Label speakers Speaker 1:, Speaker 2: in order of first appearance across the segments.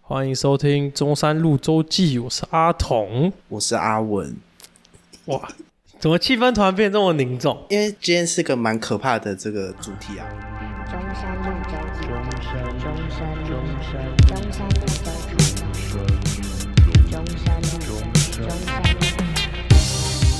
Speaker 1: 欢迎收听中山路周记，我是阿童。
Speaker 2: 我是阿文。
Speaker 1: 哇，怎么气氛突然变这么凝重？
Speaker 2: 因为今天是个蛮可怕的这个主题啊，
Speaker 3: 中山路周记，中山路，中山路周记，中山路，中山路。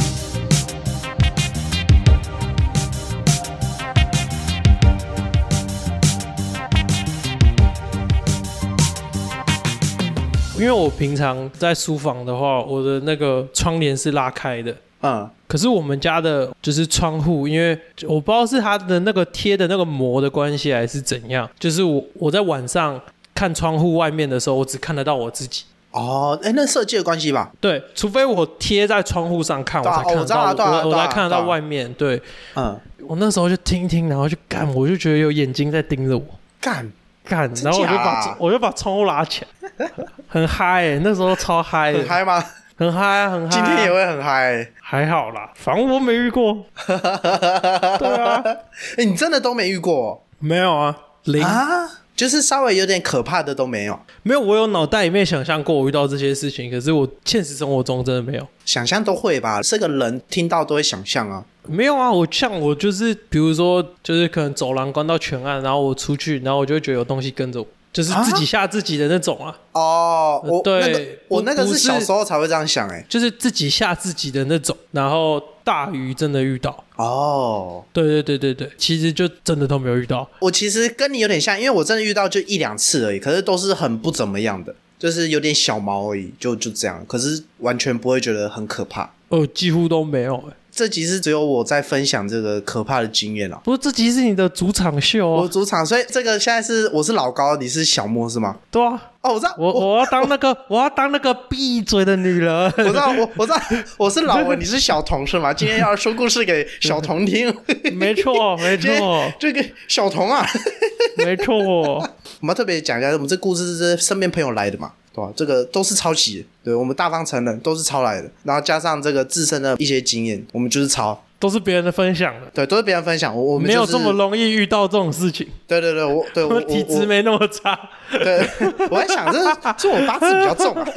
Speaker 1: 因为我平常在书房的话，我的那个窗帘是拉开的。
Speaker 2: 嗯，
Speaker 1: 可是我们家的就是窗户，因为我不知道是它的那个贴的那个膜的关系，还是怎样。就是我我在晚上看窗户外面的时候，我只看得到我自己。
Speaker 2: 哦，哎，那设计的关系吧，
Speaker 1: 对，除非我贴在窗户上看，我
Speaker 2: 对
Speaker 1: 才
Speaker 2: 啊
Speaker 1: 看
Speaker 2: 哦
Speaker 1: 得
Speaker 2: 我知道
Speaker 1: 到
Speaker 2: 啊对啊
Speaker 1: 我，我
Speaker 2: 对啊
Speaker 1: 才看得
Speaker 2: 对啊
Speaker 1: 到外面。对
Speaker 2: 嗯，
Speaker 1: 我那时候就听一听，然后就干，我就觉得有眼睛在盯着我。
Speaker 2: 干，
Speaker 1: 干，
Speaker 2: 真
Speaker 1: 然后我就
Speaker 2: 假
Speaker 1: 把
Speaker 2: 啊
Speaker 1: 窗我就把窗户拉起来，很嗨、欸，那时候超嗨的，
Speaker 2: 很嗨吗？
Speaker 1: 很嗨啊，很嗨、
Speaker 2: 今天也会很 嗨，
Speaker 1: 还好啦，反正我没遇过，对啊，
Speaker 2: 哎，你真的都没遇过
Speaker 1: 没有啊，零、
Speaker 2: 啊？就是稍微有点可怕的都没有，
Speaker 1: 没有，我有脑袋里面想象过我遇到这些事情，可是我现实生活中真的没有，
Speaker 2: 想象都会吧？这个人听到都会想象啊，
Speaker 1: 没有啊，我像我就是，比如说就是可能走廊关到全暗，然后我出去，然后我就会觉得有东西跟着我，就是自己吓自己的那种啊
Speaker 2: 哦，我
Speaker 1: 对
Speaker 2: 那个我那个
Speaker 1: 不
Speaker 2: 是
Speaker 1: 是
Speaker 2: 小时候才会这样想，哎，
Speaker 1: 就是自己吓自己的那种，然后大鱼真的遇到。
Speaker 2: 哦，
Speaker 1: 对对对对对，其实就真的都没有遇到。
Speaker 2: 我其实跟你有点像，因为我真的遇到就一两次而已，可是都是很不怎么样的，就是有点小毛而已，就就这样，可是完全不会觉得很可怕。
Speaker 1: 哦，几乎都没有、欸。
Speaker 2: 这集是只有我在分享这个可怕的经验了。
Speaker 1: 不过这集是你的主场秀
Speaker 2: 我
Speaker 1: 哦，
Speaker 2: 主场，所以这个现在是我是老高，你是小莫是吗？
Speaker 1: 对啊，
Speaker 2: 哦，我知道，
Speaker 1: 我
Speaker 2: 我
Speaker 1: 我要当那个 我要当那个闭嘴的女人。
Speaker 2: 我知道，我我知道， 我是老文，你是小童是吗？今天要说故事给小童听，
Speaker 1: 没错，没
Speaker 2: 今天
Speaker 1: 错，
Speaker 2: 这个小童啊，
Speaker 1: 没错。
Speaker 2: 我们要特别讲一下，我们这故事是身边朋友来的嘛，对吧、这个都是抄袭的，对我们大方承认都是抄来的，然后加上这个自身的一些经验，我们就是抄，
Speaker 1: 都是别人的分享的，
Speaker 2: 对，都是别人分享，我我们、
Speaker 1: 没
Speaker 2: 就是、
Speaker 1: 有这么，容易遇到这种事情。
Speaker 2: 对对对，我对我
Speaker 1: 我
Speaker 2: 我
Speaker 1: 体质没那么差，
Speaker 2: 我对，我在想这是我八字比 较重、啊，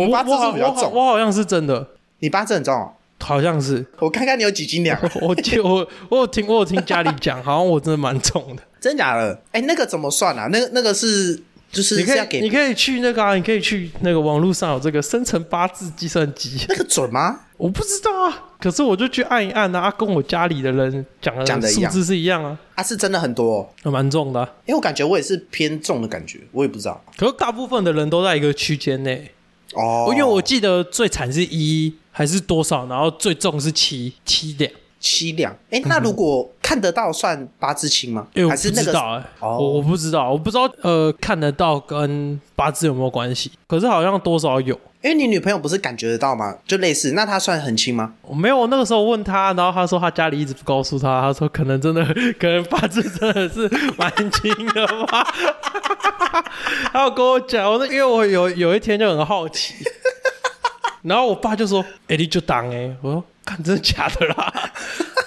Speaker 1: 我
Speaker 2: 们八字
Speaker 1: 我好
Speaker 2: 是比较
Speaker 1: 我好
Speaker 2: 重，
Speaker 1: 我好像是真的，
Speaker 2: 你八字很重哦、
Speaker 1: 好像是。
Speaker 2: 我看看你有几斤两，啊
Speaker 1: 我记我我有听我有听家里讲， 好像我真的蛮重的。
Speaker 2: 真假的？哎、那个怎么算啊？那个那个是就是
Speaker 1: 你可
Speaker 2: 是要
Speaker 1: 以你
Speaker 2: 给
Speaker 1: 可以去那个啊，你可以去那个网络上有这个生辰八字计算机。
Speaker 2: 那个准吗？
Speaker 1: 我不知道啊，可是我就去按一按啊，啊跟我家里的人讲
Speaker 2: 讲
Speaker 1: 的
Speaker 2: 的一
Speaker 1: 数
Speaker 2: 样
Speaker 1: 字是一样啊，
Speaker 2: 啊，是真的很多、哦，
Speaker 1: 还蛮重的啊、
Speaker 2: 因为我感觉我也是偏重的感觉，我也不知道
Speaker 1: 可是大部分的人都在一个区间内，
Speaker 2: 哦，
Speaker 1: 因为我记得最惨是一还是多少，然后最重是七七两。
Speaker 2: 七两。哎，那如果看得到算八字亲吗？
Speaker 1: 嗯因为我
Speaker 2: 还
Speaker 1: 不
Speaker 2: 是那
Speaker 1: 知
Speaker 2: 个
Speaker 1: 道、欸，
Speaker 2: 哦
Speaker 1: 我我不知道，我不知道，呃，看得到跟八字有没有关系？可是好像多少有，
Speaker 2: 因为你女朋友不是感觉得到吗？就类似，那她算很亲吗？
Speaker 1: 我没有，我那个时候问他，然后他说他家里一直不告诉他，他说可能真的，可能八字真的是蛮轻的吧。他有跟我讲，我那因为我有有一天就很好奇，然后我爸就说：“哎、你就当哎。”我说：“看，真的假的啦？”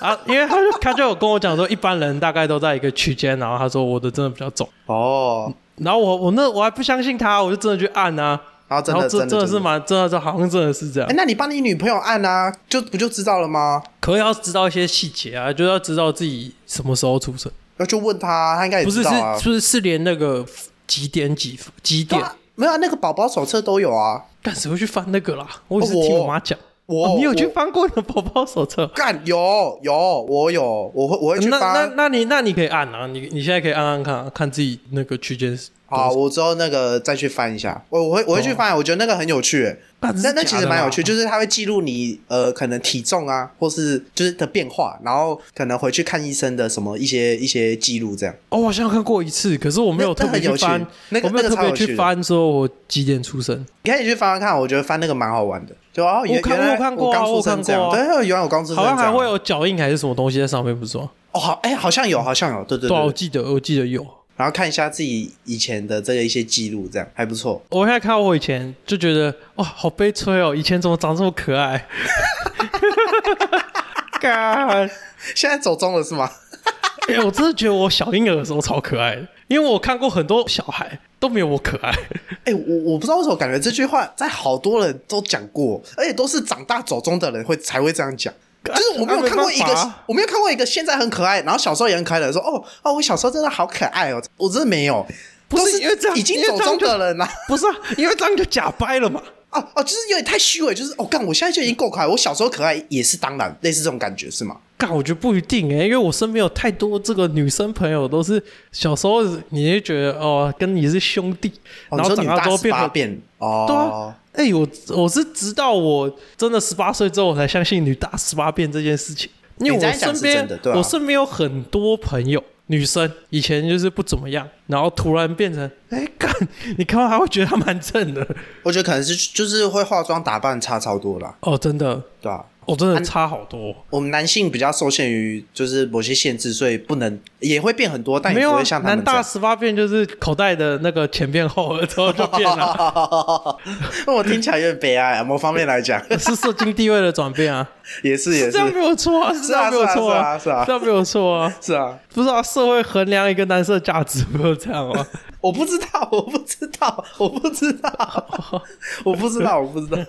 Speaker 1: 啊，因为他就他就有跟我讲说，一般人大概都在一个区间，然后他说我的真的比较重，
Speaker 2: 哦，
Speaker 1: 然后我我那我还不相信他，我就真的去按啊，
Speaker 2: 然后
Speaker 1: 然
Speaker 2: 真
Speaker 1: 后
Speaker 2: 的
Speaker 1: 这
Speaker 2: 真的
Speaker 1: 真的是？蛮真的是好像真的是这样
Speaker 2: 哎，。那你帮你女朋友按啊，就不就知道了吗？
Speaker 1: 可要知道一些细节啊，就要知道自己什么时候出生，
Speaker 2: 要去问她，她应该也
Speaker 1: 不是
Speaker 2: 知
Speaker 1: 是
Speaker 2: 道啊。
Speaker 1: 就是是连那个几点几分几
Speaker 2: 对
Speaker 1: 点，
Speaker 2: 啊没有啊，那个宝宝手册都有啊。
Speaker 1: 干谁会去翻那个啦？我也是
Speaker 2: 哦我
Speaker 1: 听我妈讲，
Speaker 2: 我
Speaker 1: 哦你有去
Speaker 2: 我
Speaker 1: 翻过你的宝宝手册？
Speaker 2: 干有有，我有，我会我会去
Speaker 1: 那那
Speaker 2: 翻。
Speaker 1: 那你那你可以按啊，你你现在可以按按看、啊，看自己那个区间是多
Speaker 2: 好，
Speaker 1: 少。
Speaker 2: 我之后那个再去翻一下，我我会我会去翻，我觉得那个很有趣、欸
Speaker 1: 干
Speaker 2: 那那其实蛮有趣，，
Speaker 1: 是
Speaker 2: 就是它会记录你呃可能体重啊，或是就是的变化，然后可能回去看医生的什么一些一些记录这样。
Speaker 1: 假的吗哦，我好像看过一次，可是我没有
Speaker 2: 那
Speaker 1: 特别去翻，
Speaker 2: 那
Speaker 1: 我
Speaker 2: 很有
Speaker 1: 没有特
Speaker 2: 趣那个那个超
Speaker 1: 别
Speaker 2: 有趣
Speaker 1: 去
Speaker 2: 的
Speaker 1: 翻说我几点出生。
Speaker 2: 你可以去翻翻看，我觉得翻那个蛮好玩的。就哦，原
Speaker 1: 我看
Speaker 2: 原来
Speaker 1: 我看过啊
Speaker 2: 刚出生这
Speaker 1: 我
Speaker 2: 样，
Speaker 1: 看
Speaker 2: 对，原来我刚出生这
Speaker 1: 好
Speaker 2: 样
Speaker 1: 像还会有脚印还是什么东西在上面，不是吗？
Speaker 2: 哦，好哎，好像有，好像有，对对
Speaker 1: 对啊，我
Speaker 2: 对。
Speaker 1: 记得，我记得有。
Speaker 2: 然后看一下自己以前的这个一些记录，这样还不错。
Speaker 1: 我现在看我以前就觉得哇，好悲催哦！以前怎么长这么可 爱？干，
Speaker 2: 现在走中了是吗？
Speaker 1: 哎、我真的觉得我小婴儿的时候超可爱的，因为我看过很多小孩都没有我可爱，
Speaker 2: 哎、我我不知道为什么感觉这句话在好多人都讲过，而且都是长大走中的人会才会这样讲。就是我没有看过一
Speaker 1: 啊没办法
Speaker 2: 个
Speaker 1: 啊，
Speaker 2: 我没有看过一个现在很可爱，然后小时候也很可爱的人说，哦哦，我小时候真的好可爱哦，我真的没有，
Speaker 1: 不是
Speaker 2: 都
Speaker 1: 因为这样
Speaker 2: 已经
Speaker 1: 因为
Speaker 2: 走
Speaker 1: 这样
Speaker 2: 中
Speaker 1: 就
Speaker 2: 的人啦、
Speaker 1: 不是啊？因为这样就假掰了嘛。
Speaker 2: 哦哦，就是有点太虚伪，就是哦，干，我现在就已经够可爱，我小时候可爱也是当然，类似这种感觉是吗？
Speaker 1: 干，我觉得不一定哎、因为我身边有太多这个女生朋友，都是小时候你就觉得哦，跟你是兄弟，
Speaker 2: 哦、
Speaker 1: 然后
Speaker 2: 你
Speaker 1: 长
Speaker 2: 说女
Speaker 1: 大之
Speaker 2: 大
Speaker 1: 后
Speaker 2: 十
Speaker 1: 变
Speaker 2: 八
Speaker 1: 成
Speaker 2: 变哦，
Speaker 1: 对啊，哎、我我是直到我真的十八岁之后，我才相信女大十八变这件事情。因为
Speaker 2: 你这
Speaker 1: 我
Speaker 2: 样讲
Speaker 1: 身
Speaker 2: 是
Speaker 1: 边
Speaker 2: 真的，对啊
Speaker 1: 我身边有很多朋友，女生以前就是不怎么样，然后突然变成，哎、干，你看到她会觉得她蛮正的，
Speaker 2: 我觉得可能是就是会化妆打扮差超多啦，
Speaker 1: 哦，真的，
Speaker 2: 对吧、
Speaker 1: 哦，真的差好多。
Speaker 2: 我们男性比较受限于就是某些限制，所以不能也会变很多，但
Speaker 1: 没
Speaker 2: 也
Speaker 1: 有
Speaker 2: 不
Speaker 1: 啊
Speaker 2: 会像，他
Speaker 1: 男
Speaker 2: 们这
Speaker 1: 大
Speaker 2: 样。
Speaker 1: 十八变就是口袋的那个前变厚了之后就变 了，
Speaker 2: 我听起来有点悲哀、啊，某方面来讲
Speaker 1: 是社经地位的转变啊，
Speaker 2: 也是 也
Speaker 1: 这
Speaker 2: 是
Speaker 1: 样没有错啊，是这样没有错
Speaker 2: 是啊是啊是啊
Speaker 1: 这样没有错啊，
Speaker 2: 是啊，
Speaker 1: 不是啊，社会衡量一个男生的价值不就这样啊吗？
Speaker 2: 我不知道， 我不知道，我不知道， 我不知道，我不知道，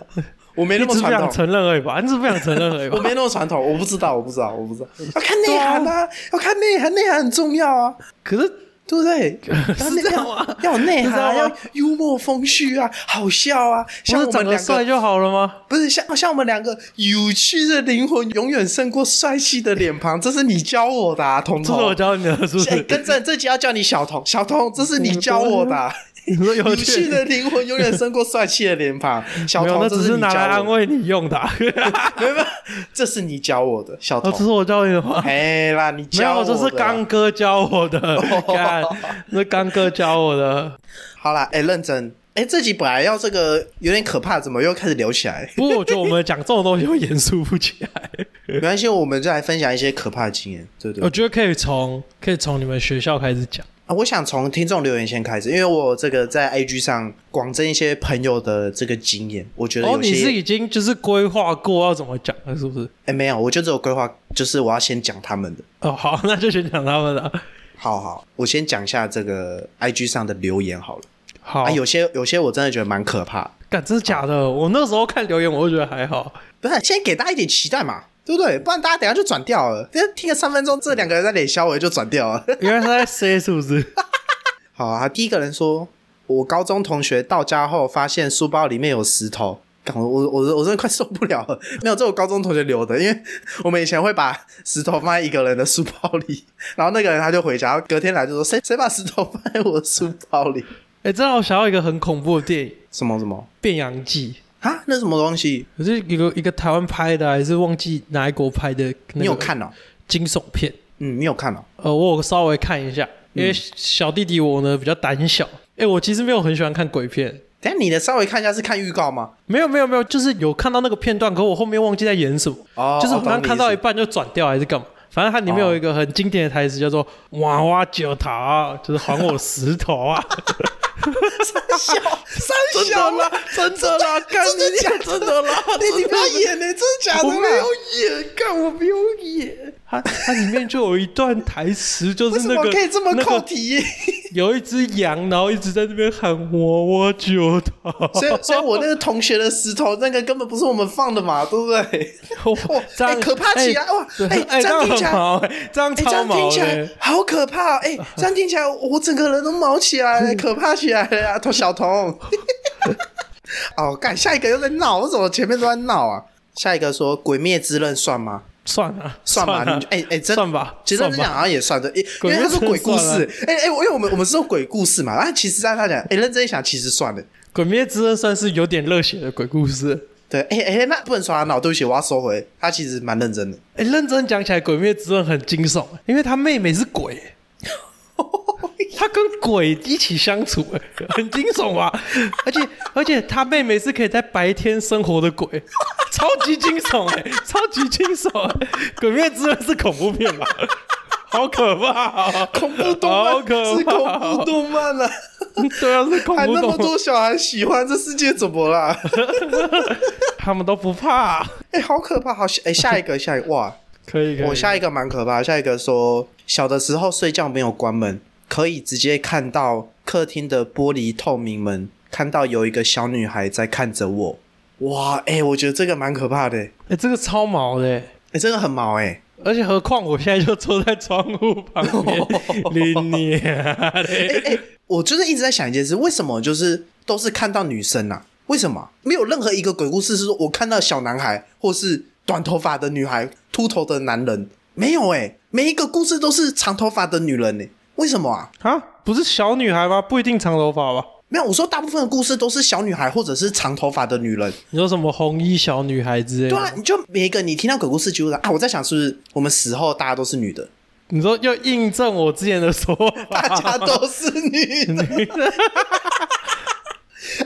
Speaker 2: 我没那
Speaker 1: 你只
Speaker 2: 么
Speaker 1: 是不
Speaker 2: 传
Speaker 1: 想
Speaker 2: 统。
Speaker 1: 承认而已吧？你只是不想承认而已吧
Speaker 2: 我？没那么传统，我不知道，我不知道，我不知道。要看内涵啊，要看内涵，内涵很重要啊，
Speaker 1: 可是
Speaker 2: 对不 对？要内
Speaker 1: 这样吗
Speaker 2: 要有内涵啊，
Speaker 1: 是这样
Speaker 2: 要
Speaker 1: 吗
Speaker 2: 幽默风趣啊，好笑啊，像
Speaker 1: 不是
Speaker 2: 我
Speaker 1: 长
Speaker 2: 们
Speaker 1: 得
Speaker 2: 两
Speaker 1: 帅
Speaker 2: 个哦
Speaker 1: 就好了吗？
Speaker 2: 不是像像我们两个有趣的灵魂，永远胜过帅气的脸庞，这是你教我 的、啊，彤
Speaker 1: 这是我
Speaker 2: 彤。
Speaker 1: 教你的，是不
Speaker 2: 哎、
Speaker 1: 是？
Speaker 2: 跟着这集要叫你小彤，啊小彤，这是你教我的啊、
Speaker 1: 你说有
Speaker 2: 有趣的灵魂永远胜过帅气的脸 庞，小
Speaker 1: 没有，
Speaker 2: 彤，
Speaker 1: 那
Speaker 2: 这
Speaker 1: 只
Speaker 2: 是你
Speaker 1: 拿来
Speaker 2: 教
Speaker 1: 安
Speaker 2: 我的，
Speaker 1: 慰你用的啊。
Speaker 2: 没有，没有这是你教我的，小
Speaker 1: 哦，这是
Speaker 2: 彤。
Speaker 1: 我教你的吗？
Speaker 2: 哎啦，你
Speaker 1: 没
Speaker 2: 教
Speaker 1: 有，
Speaker 2: 我的
Speaker 1: 这
Speaker 2: 啊
Speaker 1: 是刚哥教我 的。看，那刚哥教我的。
Speaker 2: 好啦，哎、认真，哎、这集本来要这个有点可怕，怎么又开始聊起 来？
Speaker 1: 不过我觉得我们讲这种东西会严肃不起来。
Speaker 2: 没关系，我们就来分享一些可怕的经验，对不对
Speaker 1: 我？觉得可以从可以从你们学校开始讲。
Speaker 2: 啊，我想从听众留言先开始，因为我这个在 IG 上广征一些朋友的这个经验，我觉得
Speaker 1: 哦，
Speaker 2: 有
Speaker 1: 你是
Speaker 2: 些哎、哎
Speaker 1: 已经就是规划过要怎么讲了，是不是？
Speaker 2: 没有，我就只有规划，就是我要先讲他们的。
Speaker 1: 哦，好，那就先讲他们的。
Speaker 2: 好好，我先讲一下这个 IG 上的留言好了。
Speaker 1: 好，
Speaker 2: 啊，有些有些我真的觉得蛮可怕的，
Speaker 1: 干，真的假的？我那时候看留言，我就觉得还好。
Speaker 2: 不是先给大家一点期待嘛，对不对？不然大家等一下就转掉了，等一下听个三分钟，这两个人在脸消我就转掉了。
Speaker 1: 原来他在 C 是不 是？
Speaker 2: 好啊，第一个人说，我高中同学到家后发现书包里面有石头。干我我我我真的快受不了了，没有这是我高中同学留的，因为我们以前会把石头放在一个人的书包里， 然后那个人他就回家，隔天来就说谁谁把石头放在我的书包里？
Speaker 1: 哎、这让我想到一个很恐怖的电影《
Speaker 2: 什么什么
Speaker 1: 变羊记
Speaker 2: 啊？那什么东西？》，
Speaker 1: 可是一个一个台湾拍的，啊还是忘记哪一国拍的？
Speaker 2: 你有？看哦？
Speaker 1: 惊悚片。嗯
Speaker 2: 嗯，你有看哦？
Speaker 1: 呃，我有稍微看一下，因为小弟弟我呢比较胆小。哎、我其实没有很喜欢看鬼片，
Speaker 2: 等一下你的稍微看一下是看预告吗？
Speaker 1: 没有没有没有，就是有看到那个片段，可我后面忘记在演什么，
Speaker 2: 哦
Speaker 1: 就是好
Speaker 2: 我懂
Speaker 1: 像
Speaker 2: 你意思
Speaker 1: 看到一半就转掉还是干嘛。反正它里面有一个很经典的台词，叫做“娃娃九桃啊”，就是还我石头啊！
Speaker 2: 三小三小啦，
Speaker 1: 真的啦，干
Speaker 2: 真的假的？
Speaker 1: 真的啦，啊
Speaker 2: 你你不要演欸呢、真的假的
Speaker 1: 我
Speaker 2: 啦？
Speaker 1: 没有演，干我没有演。它它里面就有一段台词，就
Speaker 2: 为
Speaker 1: 是
Speaker 2: 什
Speaker 1: 那
Speaker 2: 么
Speaker 1: 个
Speaker 2: 可以这么
Speaker 1: 那
Speaker 2: 扣
Speaker 1: 个
Speaker 2: 题？
Speaker 1: 有一只羊，然后一直在那边喊我我九桃，
Speaker 2: 所以，所以我那个同学的石头，那个根本不是我们放的嘛，对不对？哇
Speaker 1: 哇，这样
Speaker 2: 哎可怕极了哇哎
Speaker 1: 哎，这
Speaker 2: 这样
Speaker 1: 样
Speaker 2: 听起
Speaker 1: 很
Speaker 2: 来
Speaker 1: 毛，哎这样
Speaker 2: 哎、这
Speaker 1: 超
Speaker 2: 样听
Speaker 1: 毛
Speaker 2: 起
Speaker 1: 的
Speaker 2: 来
Speaker 1: 哎。
Speaker 2: 好可怕、哦！哎、这样听起来，我整个人都毛起来了，可怕起来了呀，童小童。 哦，干，下一个又在闹，我怎么前面都在闹啊？下一个说《鬼灭之刃》算吗？
Speaker 1: 算了，
Speaker 2: 算吧，
Speaker 1: 了
Speaker 2: 你哎哎，真
Speaker 1: 算吧
Speaker 2: 其实
Speaker 1: 算
Speaker 2: 认
Speaker 1: 吧
Speaker 2: 真讲好像也算对，因因
Speaker 1: 鬼
Speaker 2: 为
Speaker 1: 灭
Speaker 2: 他说鬼故
Speaker 1: 算啊
Speaker 2: 事
Speaker 1: 了，
Speaker 2: 哎哎，我因为我们我们是说鬼故事嘛，啊，其实在他讲，哎，认真一想，其实算的，
Speaker 1: 《鬼灭之刃》算是有点热血的鬼故事。
Speaker 2: 对，哎哎，那不能说他闹，对不起，我要收回，他其实蛮认真的，
Speaker 1: 哎，认真讲起来，《鬼灭之刃》很惊悚，因为他妹妹是鬼， 他跟鬼一起相处，哎很惊悚吧？而且而且他妹妹是可以在白天生活的 鬼，超级惊悚哎，超级惊悚！哎《鬼灭之刃》是恐怖片 吧？好可怕、哦！
Speaker 2: 恐怖动
Speaker 1: 好
Speaker 2: 漫
Speaker 1: 可怕哦
Speaker 2: 是恐怖动漫 了，
Speaker 1: 对啊，是恐
Speaker 2: 还
Speaker 1: 怖
Speaker 2: 那么
Speaker 1: 动漫，
Speaker 2: 多小孩喜欢，这世界怎么啦？
Speaker 1: 他们都不怕、
Speaker 2: 哎，好可怕，好， 哎，下一个，下一个，哇，
Speaker 1: 可以可以。
Speaker 2: 我下一个蛮可怕，下一个说小的时候睡觉没有关门，可以直接看到客厅的玻璃透明门，看到有一个小女孩在看着我。哇，哎、我觉得这个蛮可怕的、欸，
Speaker 1: 哎、这个超毛的、欸，
Speaker 2: 哎、这个很毛哎、
Speaker 1: 而且何况我现在就坐在窗户旁 边，你娘嘞！
Speaker 2: 哎我就是一直在想一件事，为什么就是都是看到女生啊？为什么没有任何一个鬼故事是说我看到小男孩或是短头发的女孩、秃头的男人？没有哎、每一个故事都是长头发的女人呢、为什么啊？
Speaker 1: 啊，不是小女孩吗？不一定长头发吧？
Speaker 2: 没有，我说大部分的故事都是小女孩或者是长头发的女人。
Speaker 1: 你说什么红衣小女孩之类的？
Speaker 2: 对啊，你就每一个你听到鬼故事就是啊，我在想是不是我们死后大家都是 女的，
Speaker 1: 你说又印证我之前的说
Speaker 2: 大
Speaker 1: 法，
Speaker 2: 家都是女的。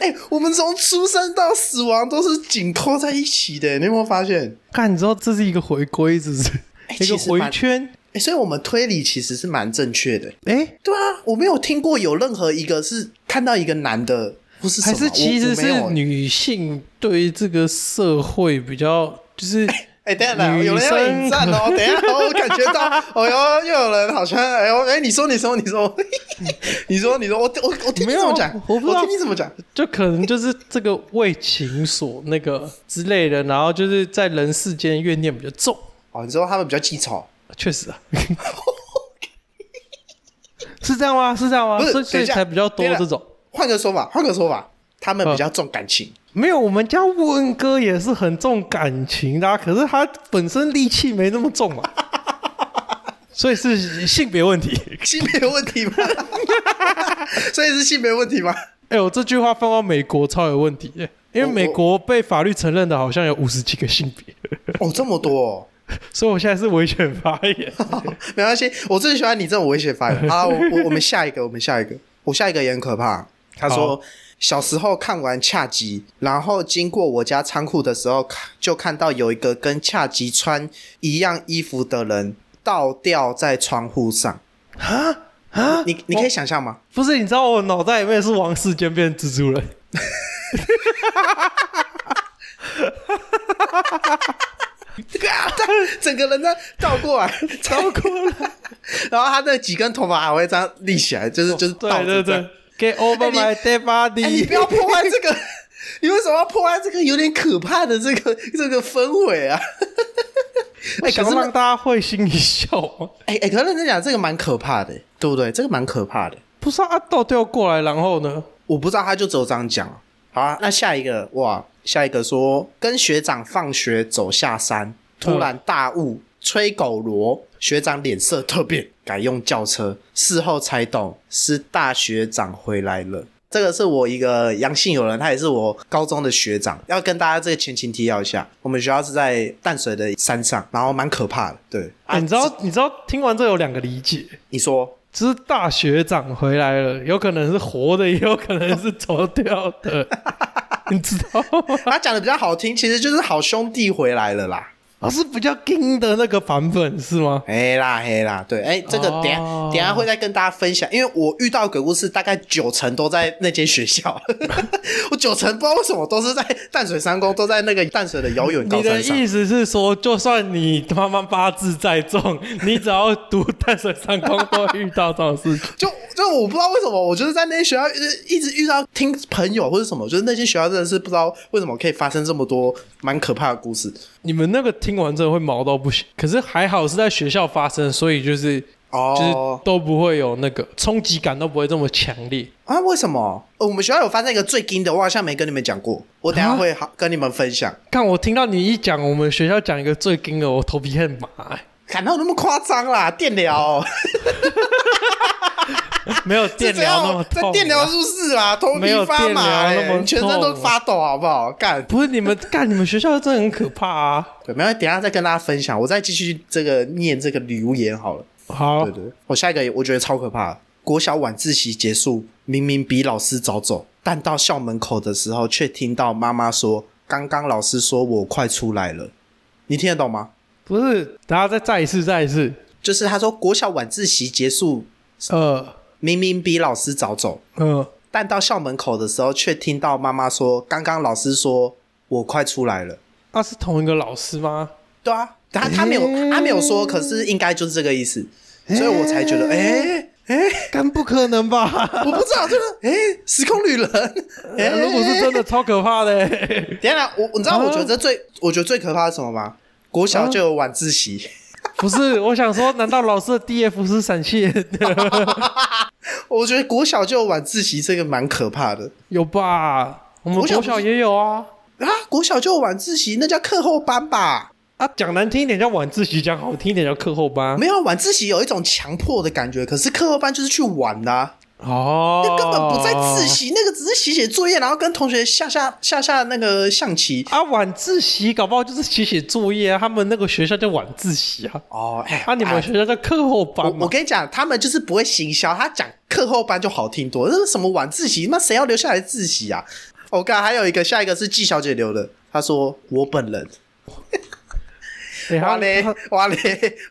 Speaker 2: 哎、我们从出生到死亡都是紧扣在一起的，欸你有没有发现？
Speaker 1: 看你知道这是一个回归，是不是？
Speaker 2: 哎
Speaker 1: 一个
Speaker 2: 其实蛮
Speaker 1: 回圈。
Speaker 2: 哎、所以我们推理其实是蛮正确的。
Speaker 1: 哎、
Speaker 2: 对啊，我没有听过有任何一个是看到一个男的，不是什
Speaker 1: 还
Speaker 2: 么
Speaker 1: 是其实
Speaker 2: 我我没
Speaker 1: 是
Speaker 2: 有
Speaker 1: 女性对于这个社会比较就是。
Speaker 2: 哎、等一下，等
Speaker 1: 女
Speaker 2: 一下有人要
Speaker 1: 生
Speaker 2: 引战哦！等一下，我感觉到，哦哟，又有人好像，哎呦，哎，你说，你说，你说， 你说，你说，我我我听你
Speaker 1: 没有
Speaker 2: 怎么讲，
Speaker 1: 我不知道
Speaker 2: 听你怎么讲。
Speaker 1: 就可能就是这个为情所那个之类的，然后就是在人世间怨念比较重，
Speaker 2: 哦，你说他们比较记仇，
Speaker 1: 确实啊， 是这样吗？是这样吗？
Speaker 2: 不是
Speaker 1: 所以所
Speaker 2: 等
Speaker 1: 以
Speaker 2: 一下
Speaker 1: 才比较多
Speaker 2: 等一下
Speaker 1: 这种。
Speaker 2: 换个说法，换个说法，他们
Speaker 1: 嗯
Speaker 2: 比较重感情。
Speaker 1: 没有，我们家文哥也是很重感情的啊、可是他本身戾气没那么重嘛， 所以是性别问 题。
Speaker 2: 性别问题吗？ 所以是性别问题吗？
Speaker 1: 哎、我这句话放到美国超有问题耶，因为
Speaker 2: 我
Speaker 1: 美国被法律承认的好像有五十几个性别，
Speaker 2: 哦，这么多、哦，
Speaker 1: 所以我现在是危险发言。
Speaker 2: 没关系，我最喜欢你这种危险发 言。啊好，我我我们下一个，我们下一个，我下一个也很可怕。他说
Speaker 1: 好
Speaker 2: 小时候看完恰吉，然后经过我家仓库的时候，看就看到有一个跟恰吉穿一样衣服的人倒吊在窗户上。啊啊！你你可以想象吗？
Speaker 1: 不是，你知道我脑袋里面是王世坚变蜘蛛人，
Speaker 2: 整个人呢倒 过来，
Speaker 1: 超过了，
Speaker 2: 然后他那几根头发还会这样立起来，就是就是倒
Speaker 1: 哦对对
Speaker 2: 着 这样
Speaker 1: 对。Get over my
Speaker 2: 哎
Speaker 1: dead
Speaker 2: 哎、你
Speaker 1: body！
Speaker 2: 不要破坏这个， 你为什么要破坏这个有点可怕的这个这个氛围啊？
Speaker 1: 哎，
Speaker 2: 哎、可
Speaker 1: 想
Speaker 2: 是那
Speaker 1: 让大家会心一笑吗？
Speaker 2: 哎哎、可是认真讲，这个蛮可怕的，对不对？这个蛮可怕的。
Speaker 1: 不是啊，倒掉过来，然后呢？
Speaker 2: 我不知道他就只有这样讲。好啊，那下一个哇，下一个说跟学长放学走下山，突然大雾，吹狗螺，学长脸色特变，改用轿车。事后才懂是大学长回来了。这个是我一个阳性友人，他也是我高中的学长。要跟大家这个前情提要一下，我们学校是在淡水的山上，然后蛮可怕的。对，啊
Speaker 1: 哎你知道，你知道，听完这有两个理解，
Speaker 2: 你说
Speaker 1: 就是大学长回来了，有可能是活的，也有可能是走掉 的，你知道吗？
Speaker 2: 他讲的比较好听，其实就是好兄弟回来了啦。
Speaker 1: 啊，是比较硬的那个版本是吗？
Speaker 2: 嘿啦嘿啦，对，哎、这个等一下、
Speaker 1: 哦
Speaker 2: 等一下会再跟大家分享，因为我遇到鬼故事大概九成都在那间学校， 我九成不知道为什么都是在淡水三公，都在那个淡水的遥远高
Speaker 1: 你的
Speaker 2: 山上。
Speaker 1: 意思是说，就算你妈妈八字再 重，你只要读淡水上空都会遇到这种事情。
Speaker 2: 就就我不知道为什么，我就是在那些学校一直遇到听朋友或者什么，就是那些学校真的是不知道为什么可以发生这么多蛮可怕的故事
Speaker 1: 你们那个听完真的会毛到不行，可是还好是在学校发生，所以就是
Speaker 2: 哦。
Speaker 1: 就是都不会有那个冲击感，都不会这么强烈。
Speaker 2: 啊，为什么、呃我们学校有发生一个最惊的，我好像没跟你们讲过，我等一下
Speaker 1: 啊
Speaker 2: 会好跟你们分享。
Speaker 1: 看我听到你一讲，我们学校讲一个最惊的，我头皮很麻、欸
Speaker 2: 感到那么夸张啦，电疗哦、
Speaker 1: 没有
Speaker 2: 这
Speaker 1: 电
Speaker 2: 只要
Speaker 1: 疗那么痛、
Speaker 2: 这
Speaker 1: 啊。
Speaker 2: 电疗术士啊，头
Speaker 1: 没有
Speaker 2: 皮发麻、
Speaker 1: 电疗那么
Speaker 2: 欸，
Speaker 1: 痛啊
Speaker 2: 全身都发抖，好不好？干，
Speaker 1: 不是你们干，你们学校真的很可怕啊！
Speaker 2: 对，没有，等一下再跟大家分享，我再继续这个念这个留言好了。
Speaker 1: 好
Speaker 2: 对，对，我下一个我觉得超可怕的，国小晚自习结束，明明比老师早走，但到校门口的时候，却听到妈妈说：“刚刚老师说我快出来了。”你听得懂吗？
Speaker 1: 不是，大家再再一次，再一次，
Speaker 2: 就是他说国小晚自习结束，
Speaker 1: 呃
Speaker 2: 明明比老师早走，
Speaker 1: 呃，
Speaker 2: 但到校门口的时候，却听到妈妈说：“刚刚老师说我快出来了。”
Speaker 1: 那、是同一个老师吗？
Speaker 2: 对啊，他他没有、
Speaker 1: 诶
Speaker 2: 他没有说，可是应该就是这个意思，所以我才觉得，哎、
Speaker 1: 干不可能吧？
Speaker 2: 我不知道，就是哎、 诶时空旅人，哎、
Speaker 1: 如果是真的，超可怕的、欸。
Speaker 2: 等一下我你知道，
Speaker 1: 啊
Speaker 2: 我觉得最、我觉得最可怕是什么吗？国小就有晚自
Speaker 1: 啊
Speaker 2: 习，
Speaker 1: 不是，我想说，难道老师的 DF 是闪现的？
Speaker 2: 我觉得国小就有晚自习，这个蛮可怕的
Speaker 1: 有吧？我们
Speaker 2: 国小
Speaker 1: 国
Speaker 2: 不是
Speaker 1: 小也有啊。
Speaker 2: 啊！国小就有晚自习，那叫课后班吧？
Speaker 1: 啊，讲难听一点叫晚自习，讲好听一点叫课后班。
Speaker 2: 没有晚自习有一种强迫的感觉，可是课后班就是去玩的、啊，
Speaker 1: 哦，
Speaker 2: 那根本不在自。习，那个只是写写作业，然后跟同学下下下下那个象棋。
Speaker 1: 啊，晚自习搞不好就是写写作业啊，他们那个学校叫晚自习啊，
Speaker 2: 哦，哎、
Speaker 1: 啊，你
Speaker 2: 哎
Speaker 1: 们学校叫课后班
Speaker 2: 我
Speaker 1: 嘛
Speaker 2: 我跟你讲，他们就是不会行销，他讲课后班就好听多。那是什么晚自习？那谁要留下来自习啊？我、刚还有一个，下一个是季小姐留的，她说我本人，
Speaker 1: 哎他
Speaker 2: 哇 嘞
Speaker 1: 他
Speaker 2: 哇嘞，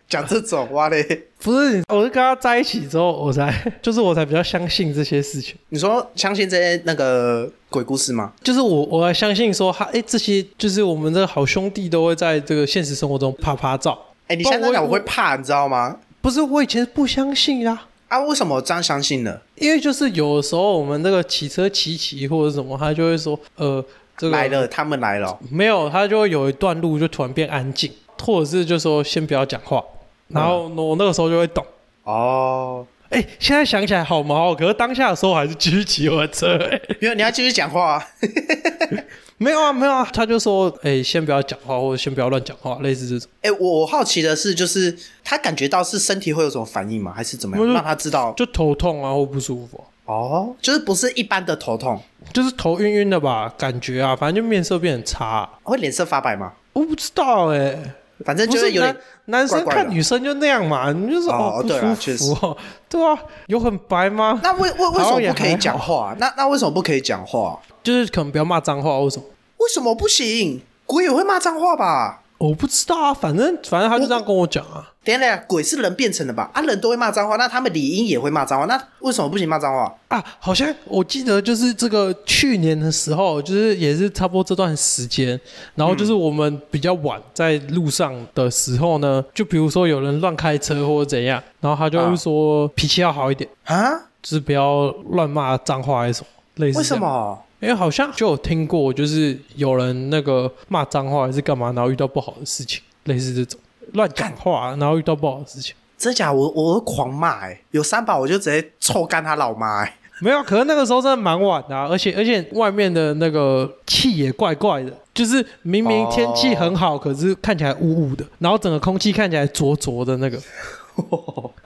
Speaker 2: 讲这种哇嘞，
Speaker 1: 不是，我是跟他在一起之后，我才 就是我才比较相信这些事情，
Speaker 2: 你说相信这些那个鬼故事吗？
Speaker 1: 就是我我还相信说他，哎，这些就是我们的好兄弟都会在这个现实生活中啪啪照。
Speaker 2: 哎、你现在
Speaker 1: 不
Speaker 2: 讲
Speaker 1: 我
Speaker 2: 我会怕，你知道吗？
Speaker 1: 不是，我以前不相信啊，
Speaker 2: 啊，为什么我这样相信呢？
Speaker 1: 因为就是有时候我们那个骑车骑骑或者什么，他就会说，呃，这个
Speaker 2: 来了，他们来了哦、
Speaker 1: 没有，他就会有一段路就突然变安静，或者是就说先不要讲话，然后我那个时候就会懂。
Speaker 2: 哦，
Speaker 1: 哎、现在想起来好毛哦，可是当下的时候我还是继续骑我的车、哎
Speaker 2: 因为你要继续讲话、啊。
Speaker 1: 没有啊，没有啊，他就说，哎、先不要讲话，或者先不要乱讲话，类似这种。
Speaker 2: 哎、我我好奇的是，就是他感觉到是身体会有什么反应吗？还是怎么
Speaker 1: 我
Speaker 2: 样
Speaker 1: 就
Speaker 2: 让他知道？
Speaker 1: 就头痛啊，或不舒服啊、
Speaker 2: 哦，就是不是一般的头痛，
Speaker 1: 就是头晕晕的吧，感觉啊，反正就面色变很差啊、
Speaker 2: 会脸色发白吗？
Speaker 1: 我不知道哎、
Speaker 2: 反正
Speaker 1: 不
Speaker 2: 就是
Speaker 1: 是
Speaker 2: 有点
Speaker 1: 男男生
Speaker 2: 怪怪
Speaker 1: 看
Speaker 2: 的
Speaker 1: 女生就那样嘛，你就是
Speaker 2: 哦
Speaker 1: 不
Speaker 2: 对啦
Speaker 1: 舒服哦，对啊，有很白吗？
Speaker 2: 那为为为什
Speaker 1: 好像也
Speaker 2: 么不可
Speaker 1: 还
Speaker 2: 以
Speaker 1: 好
Speaker 2: 讲话？那那为什么不可以讲话？
Speaker 1: 就是可能不要骂脏话或什么。
Speaker 2: 为什么不行？鬼也会骂脏话吧？
Speaker 1: 我不知道啊，反正反正他就这样跟我讲啊。
Speaker 2: 等一下，等一下，鬼是人变成的吧？啊，人都会骂脏话，那他们理应也会骂脏话，那为什么不行骂脏话？
Speaker 1: 啊，好像我记得就是这个去年的时候，就是也是差不多这段时间，然后就是我们比较晚在路上的时候呢，
Speaker 2: 嗯
Speaker 1: 就比如说有人乱开车或者怎样，然后他就会说脾气要好一点，
Speaker 2: 啊？
Speaker 1: 就是不要乱骂脏话还是什么。类似
Speaker 2: 为
Speaker 1: 这样？
Speaker 2: 什么？
Speaker 1: 因为好像就有听过，就是有人那个骂脏话还是干嘛，然后遇到不好的事情，类似这种乱讲话，然后遇到不好的事情。
Speaker 2: 真假？我我会狂骂哎、有三把我就直接臭干他老妈哎、
Speaker 1: 没有，可是那个时候真的蛮晚的、啊，而且而且外面的那个气也怪怪的，就是明明天气很好，可是看起来雾雾的，然后整个空气看起来浊浊的那个。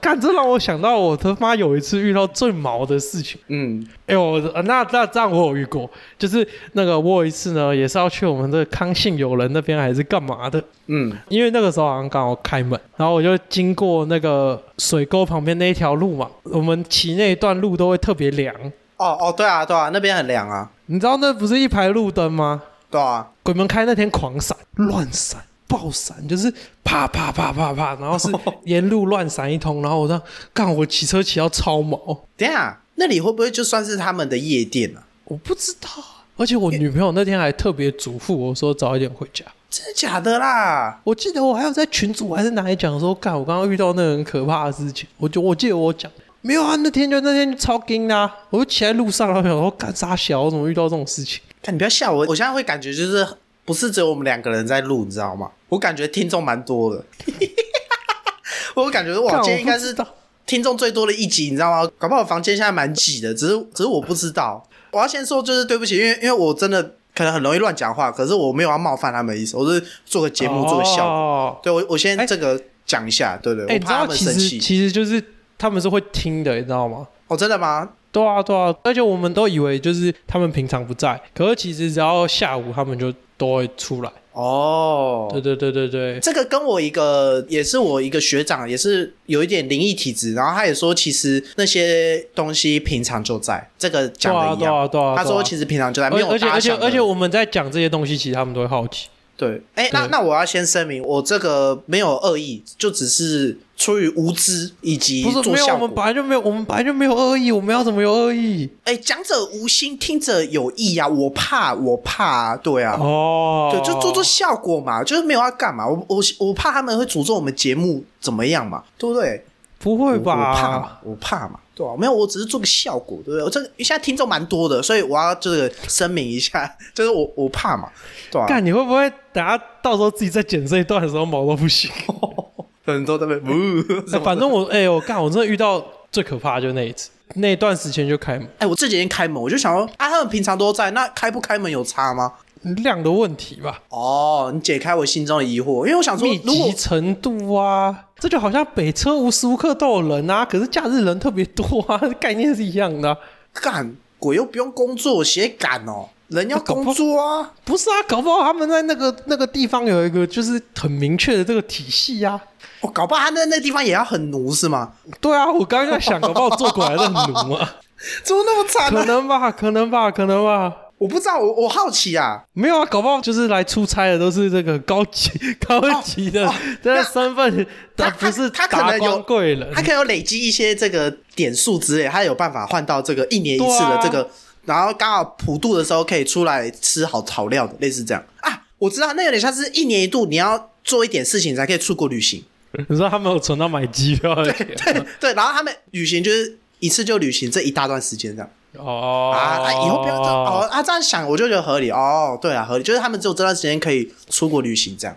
Speaker 1: 干，这让我想到我他妈有一次遇到最毛的事情。
Speaker 2: 嗯，
Speaker 1: 哎、我呃那那这样我有遇过，就是那个我有一次呢，也是要去我们的康信友人那边还是干嘛的，
Speaker 2: 嗯，
Speaker 1: 因为那个时候好像刚好开门，然后我就经过那个水沟旁边那一条路嘛，我们骑那一段路都会特别凉，
Speaker 2: 哦哦，对啊对啊，那边很凉啊，
Speaker 1: 你知道那不是一排路灯吗？
Speaker 2: 对啊，
Speaker 1: 鬼门开那天狂闪，乱闪。爆闪就是啪啪啪啪啪，然后 是沿路乱闪一通，然后我这样干，我骑车骑到超毛，
Speaker 2: 等一下那里会不会就算是他们的夜店啊？
Speaker 1: 我不知道啊。而且我女朋友那天还特别嘱咐我说早一点回家。
Speaker 2: 真的假的啦？
Speaker 1: 我记得我还有在群组还是哪里讲说，干，我刚刚遇到那个很可怕的事情，我就我记得我讲没有啊，那天就那天就超惊啦、我就骑在路上，然后想说干啥小，我怎么遇到这种事情？
Speaker 2: 看你不要吓我，我现在会感觉就是不是只有我们两个人在录，你知道吗？我感觉听众蛮多的， 我感觉哇，
Speaker 1: 干
Speaker 2: 今天应该
Speaker 1: 我
Speaker 2: 是
Speaker 1: 不知道
Speaker 2: 听众最多的一集，你知道吗？搞不好房间现在蛮挤的，只是只是我不知道。我要先说就是对不起，因为因为我真的可能很容易乱讲话，可是我没有要冒犯他们的意思，我是做个节目做个效果。
Speaker 1: 哦
Speaker 2: 对我我先
Speaker 1: 哎
Speaker 2: 这个讲一下，对对，
Speaker 1: 哎、
Speaker 2: 我
Speaker 1: 你知
Speaker 2: 怕
Speaker 1: 道
Speaker 2: 他们
Speaker 1: 其
Speaker 2: 生
Speaker 1: 实
Speaker 2: 气。
Speaker 1: 其实就是他们是会听的，你知道吗？
Speaker 2: 哦，真的吗？
Speaker 1: 对啊，对啊，而且我们都以为就是他们平常不在，可是其实只要下午他们就都会出来。
Speaker 2: 哦，
Speaker 1: 对对对对对，
Speaker 2: 这个跟我一个也是我一个学长，也是有一点灵异体质，然后他也说，其实那些东西平常就在，这个
Speaker 1: 对
Speaker 2: 讲
Speaker 1: 啊
Speaker 2: 的一
Speaker 1: 对
Speaker 2: 样。
Speaker 1: 啊对啊。
Speaker 2: 他说
Speaker 1: 对
Speaker 2: 其
Speaker 1: 啊
Speaker 2: 实平常就在，没有
Speaker 1: 而且
Speaker 2: 大家
Speaker 1: 而且
Speaker 2: 想的
Speaker 1: 而且我们在讲这些东西，其实他们都会好奇。
Speaker 2: 对，哎，那
Speaker 1: 对
Speaker 2: 那我要先声明，我这个没有恶意，就只是出于无知以及
Speaker 1: 不是
Speaker 2: 做
Speaker 1: 没有，
Speaker 2: 效
Speaker 1: 我们
Speaker 2: 果
Speaker 1: 本。来就没有，我们本来就没有恶意，我们要怎么有恶意？
Speaker 2: 哎，讲者无心，听者有意啊，我怕，我怕啊，对啊。
Speaker 1: 哦，
Speaker 2: 对，就做做效果嘛，就是没有要干嘛。我我我怕他们会诅咒我们节目怎么样嘛，对不对？
Speaker 1: 不会
Speaker 2: 我我怕
Speaker 1: 吧
Speaker 2: 嘛？，我怕嘛，对吧、啊没有，我只是做个效果，对不对？我这个现在听众蛮多的，所以我要这个声明一下， 就是我我怕嘛，对吧、啊
Speaker 1: 干，你会不会等下到时候自己在剪这一段的时候毛都不行？
Speaker 2: 很多在那边，
Speaker 1: 哎
Speaker 2: 呃、
Speaker 1: 反正我哎、我干，我真的遇到最可怕的就那一次，那段时间就开
Speaker 2: 哎、我这几天开门，我就想说，啊，他们平常都在，那开不开门有差吗？
Speaker 1: 量的问题吧，
Speaker 2: 哦，你解开我心中的疑惑，因为我想说
Speaker 1: 密，
Speaker 2: 如果
Speaker 1: 集程度啊，这就好像北车无时无刻都有人啊，可是假日人特别多啊，概念是一样的啊、
Speaker 2: 干鬼又不用工作，谁敢哦？人要
Speaker 1: 搞不
Speaker 2: 工作啊，
Speaker 1: 不是啊，搞不好他们在那个那个地方有一个就是很明确的这个体系啊。
Speaker 2: 我、哦搞不好他那那地方也要很奴是吗？
Speaker 1: 对啊，我刚刚在想，搞不好做过来的奴啊，
Speaker 2: 怎么那么惨呢、
Speaker 1: 可能吧，可能吧，可能吧。
Speaker 2: 我不知道，我我好奇啊。
Speaker 1: 没有啊，搞不好就是来出差的都是这个高级 高级的
Speaker 2: 哦
Speaker 1: 这个
Speaker 2: 那
Speaker 1: 身份，
Speaker 2: 他
Speaker 1: 但 不是
Speaker 2: 他他可
Speaker 1: 达
Speaker 2: 能有
Speaker 1: 官贵人
Speaker 2: 他。可能有累积一些这个点数之类，他有办法换到这个一年一次
Speaker 1: 啊
Speaker 2: 的这个，然后刚好普渡的时候可以出来吃好草料的，类似这样啊。我知道，那有点像是一年一度你要做一点事情才可以出国旅行，
Speaker 1: 你说他们有存到买机票的钱
Speaker 2: 对对。然后他们旅行就是一次就旅行这一大段时间这样
Speaker 1: 哦
Speaker 2: 啊啊，以后不要这样哦啊这样想我就觉得合理哦，对啊合理，就是他们只有这段时间可以出国旅行这样。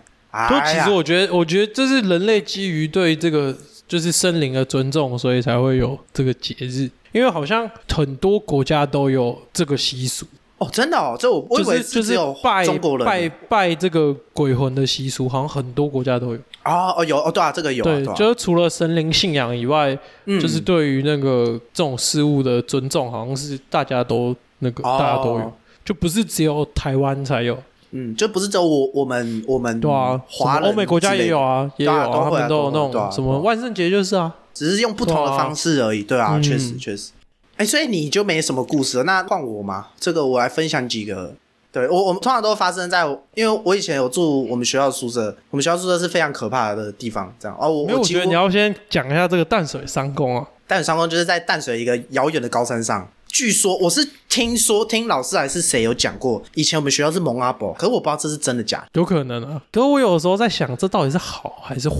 Speaker 1: 就
Speaker 2: 啊，
Speaker 1: 其实
Speaker 2: 哎呀
Speaker 1: 我觉得，我觉得这是人类基于对这个就是森林的尊重，所以才会有这个节日。因为好像很多国家都有这个习俗，
Speaker 2: 哦真的哦，这我我以
Speaker 1: 就
Speaker 2: 为
Speaker 1: 是就是
Speaker 2: 只有
Speaker 1: 拜
Speaker 2: 中国人
Speaker 1: 拜拜这个鬼魂的习俗，好像很多国家都有。
Speaker 2: 哦哦有哦对啊这个有啊
Speaker 1: 对
Speaker 2: 对，啊
Speaker 1: 就是除了神灵信仰以外，
Speaker 2: 嗯
Speaker 1: 就是对于那个这种事物的尊重，好像是大家都那个、
Speaker 2: 哦
Speaker 1: 大家都有，就不是只有台湾才有，
Speaker 2: 嗯，就不是只有我我们我们
Speaker 1: 对啊，
Speaker 2: 华
Speaker 1: 什么
Speaker 2: 人
Speaker 1: 欧美国家也有
Speaker 2: 啊，
Speaker 1: 啊，也
Speaker 2: 对
Speaker 1: 有
Speaker 2: 啊都
Speaker 1: 他
Speaker 2: 会啊
Speaker 1: 们都有
Speaker 2: 都会
Speaker 1: 那
Speaker 2: 对
Speaker 1: 种
Speaker 2: 啊
Speaker 1: 什么万圣节就是啊，
Speaker 2: 只是用不同的方式而已，对啊，
Speaker 1: 嗯
Speaker 2: 确实确实。哎，所以你就没什么故事了，那换我嘛，这个我来分享几个。对我，我们通常都发生在，因为我以前有住我们学校宿舍，我们学校宿舍是非常可怕的地方。这样哦，我
Speaker 1: 没有，我
Speaker 2: 几
Speaker 1: 觉得
Speaker 2: 乎
Speaker 1: 你要先讲一下这个淡水三公啊，
Speaker 2: 淡水上空就是在淡水一个遥远的高山上。据说我是听说，听老师还是谁有讲过，以前我们学校是蒙阿伯，可是我不知道这是真的假的。
Speaker 1: 有可能啊。可是我有时候在想，这到底是好还是坏？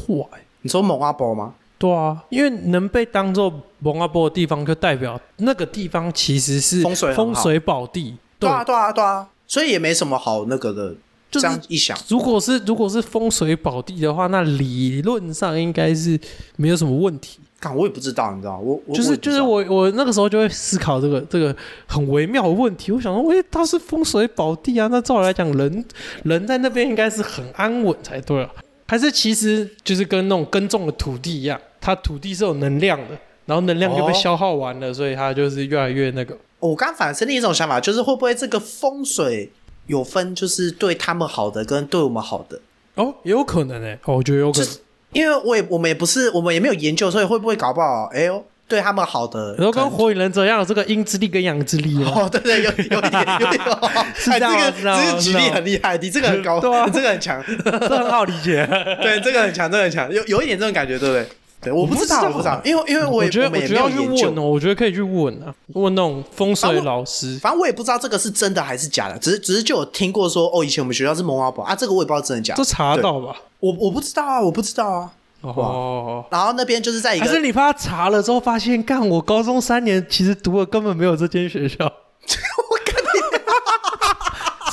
Speaker 2: 你说蒙阿伯吗？
Speaker 1: 对啊，因为能被当做蒙阿波的地方，就代表那个地方其实是
Speaker 2: 风水很好
Speaker 1: 风水宝地。
Speaker 2: 对啊，对啊，对啊，所以也没什么好那个的。
Speaker 1: 就是
Speaker 2: 这样一想，
Speaker 1: 如果是如果是风水宝地的话，那理论上应该是没有什么问题。
Speaker 2: 看我也不知道，你知道，我我
Speaker 1: 就是就是
Speaker 2: 我
Speaker 1: 我我那个时候就会思考这个这个很微妙的问题。我想说，喂，它是风水宝地啊，那照理来讲，人人在那边应该是很安稳才对啊。还是其实就是跟那种耕种的土地一样，它土地是有能量的，然后能量就被
Speaker 2: 哦
Speaker 1: 消耗完了，所以它就是越来越那个。
Speaker 2: 我我刚反而是另一种想法，就是会不会这个风水有分，就是对他们好的跟对我们好的，
Speaker 1: 哦，也有可能哎、哦，我觉得有可能。
Speaker 2: 因为我也我们也不是我们也没有研究，所以会不会搞不好，哎呦，对他们好的，
Speaker 1: 然后跟
Speaker 2: 可能
Speaker 1: 火影忍者一样，有这个阴之力跟阳之力啊。
Speaker 2: 哦，对对，有有一点有一点，
Speaker 1: 是这
Speaker 2: 哎
Speaker 1: 样吗
Speaker 2: 这
Speaker 1: 是这样吗啊
Speaker 2: 个这个
Speaker 1: 是
Speaker 2: 举
Speaker 1: 这
Speaker 2: 例
Speaker 1: 样
Speaker 2: 很厉害，你这个很高，
Speaker 1: 对啊
Speaker 2: 你这个很 强，
Speaker 1: 这很好理解。
Speaker 2: 对，这个很强，这个很强，有有一点这种感觉，对不对？对，我不知道，
Speaker 1: 我
Speaker 2: 我
Speaker 1: 不
Speaker 2: 不
Speaker 1: 知
Speaker 2: 知
Speaker 1: 道
Speaker 2: 道，因为因为我也
Speaker 1: 觉得
Speaker 2: 我们
Speaker 1: 我
Speaker 2: 也
Speaker 1: 觉
Speaker 2: 没
Speaker 1: 得要
Speaker 2: 有
Speaker 1: 去
Speaker 2: 研究
Speaker 1: 问哦，，我觉得可以去问啊，问那种风水老师。
Speaker 2: 反正我也不知道这个是真的还是假的，只是只是就有听过说，哦，以前我们学校是蒙阿宝啊，这个我也不知道真的假
Speaker 1: 这
Speaker 2: 的，
Speaker 1: 查到吧？
Speaker 2: 我我不知道啊，我不知道啊。
Speaker 1: 哦，
Speaker 2: 然后那边就是在一
Speaker 1: 还是
Speaker 2: 个，
Speaker 1: 你怕他查了之后发现，干我高中三年其实读的根本没有这间学 校。我干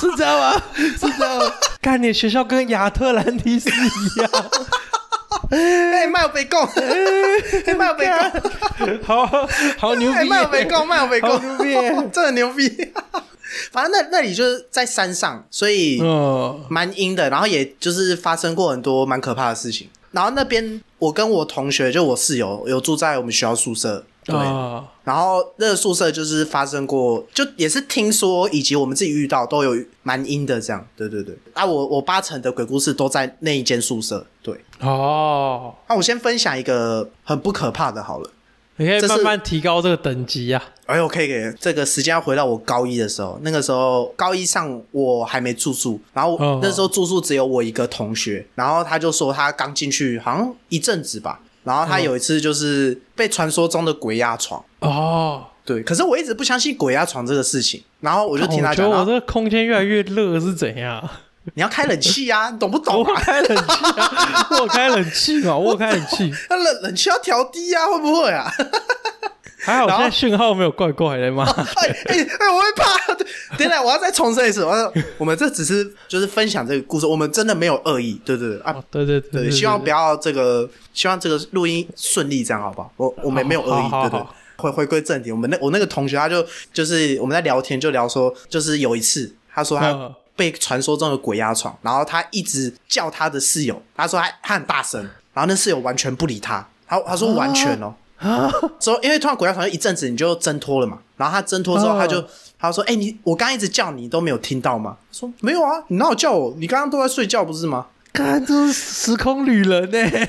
Speaker 1: 你，是这样吗？是这样吗？干你学校跟亚特兰蒂斯一 样，
Speaker 2: 哎，卖有被 供，哎，卖有被供，
Speaker 1: 好好 牛
Speaker 2: 哎，
Speaker 1: 逼！
Speaker 2: 卖有被供，卖有被
Speaker 1: 好
Speaker 2: 供，
Speaker 1: 牛逼！
Speaker 2: 真的牛逼。 反正那那里就是在山上，所以
Speaker 1: 嗯，
Speaker 2: 蛮阴的，然后也就是发生过很多蛮可怕的事情。然后那边我跟我同学，就我室友，有住在我们学校宿舍，对，
Speaker 1: 啊，
Speaker 2: 然后那个宿舍就是发生过，就也是听说以及我们自己遇到都有蛮阴的这样，对对对。啊，我我八成的鬼故事都在那一间宿舍，对。
Speaker 1: 哦，
Speaker 2: 那、我先分享一个很不可怕的好了。
Speaker 1: 你可以
Speaker 2: 这是
Speaker 1: 慢慢提高这个等级啊。
Speaker 2: 哎呦，可以给这个时间要回到我高一的时候，那个时候高一上我还没住宿，然后
Speaker 1: 嗯
Speaker 2: 我那时候住宿只有我一个同学，然后他就说他刚进去好像一阵子吧，然后他有一次就是被传说中的鬼压床，
Speaker 1: 哦，
Speaker 2: 对，可是我一直不相信鬼压床这个事情，然后
Speaker 1: 哦
Speaker 2: 我
Speaker 1: 我
Speaker 2: 就听他
Speaker 1: 觉
Speaker 2: 讲，
Speaker 1: 得
Speaker 2: 然
Speaker 1: 我
Speaker 2: 后
Speaker 1: 这个空间越来越热是怎样？
Speaker 2: 你要开冷气 呀、你懂不懂
Speaker 1: 我
Speaker 2: 啊？
Speaker 1: 开冷气啊，我开冷气嘛，我开冷气。
Speaker 2: 那冷冷气要调低呀、会不会啊？
Speaker 1: 还好
Speaker 2: 然
Speaker 1: 现
Speaker 2: 后
Speaker 1: 在讯号没有怪怪的嘛。
Speaker 2: 哎哎哎，我会怕。对等一下，我要再重申一次，我要我们这只是就是分享这个故事，我们真的没有恶意，对对对啊，
Speaker 1: 哦对对对
Speaker 2: 对，希望不要这个，希望这个录音顺利，这样好不好？我我们没有恶
Speaker 1: 好
Speaker 2: 意，
Speaker 1: 好
Speaker 2: 对对
Speaker 1: 好。
Speaker 2: 回回归正题，我们那我那个同学他就就是我们在聊天就聊说，就是有一次他说他
Speaker 1: 嗯
Speaker 2: 被传说中的鬼压床，然后他一直叫他的室友，他说他他很大声，然后那室友完全不理他，他他说完全哦、
Speaker 1: 啊，
Speaker 2: 之后，因为突然鬼压床一阵子，你就挣脱了嘛。然后他挣脱之后，
Speaker 1: 嗯
Speaker 2: 他就他说：“哎、你我刚刚一直叫你都没有听到吗？”我说：“没有啊，你哪有叫我？你刚刚都在睡觉不是吗
Speaker 1: 看这是时空旅人呢、？”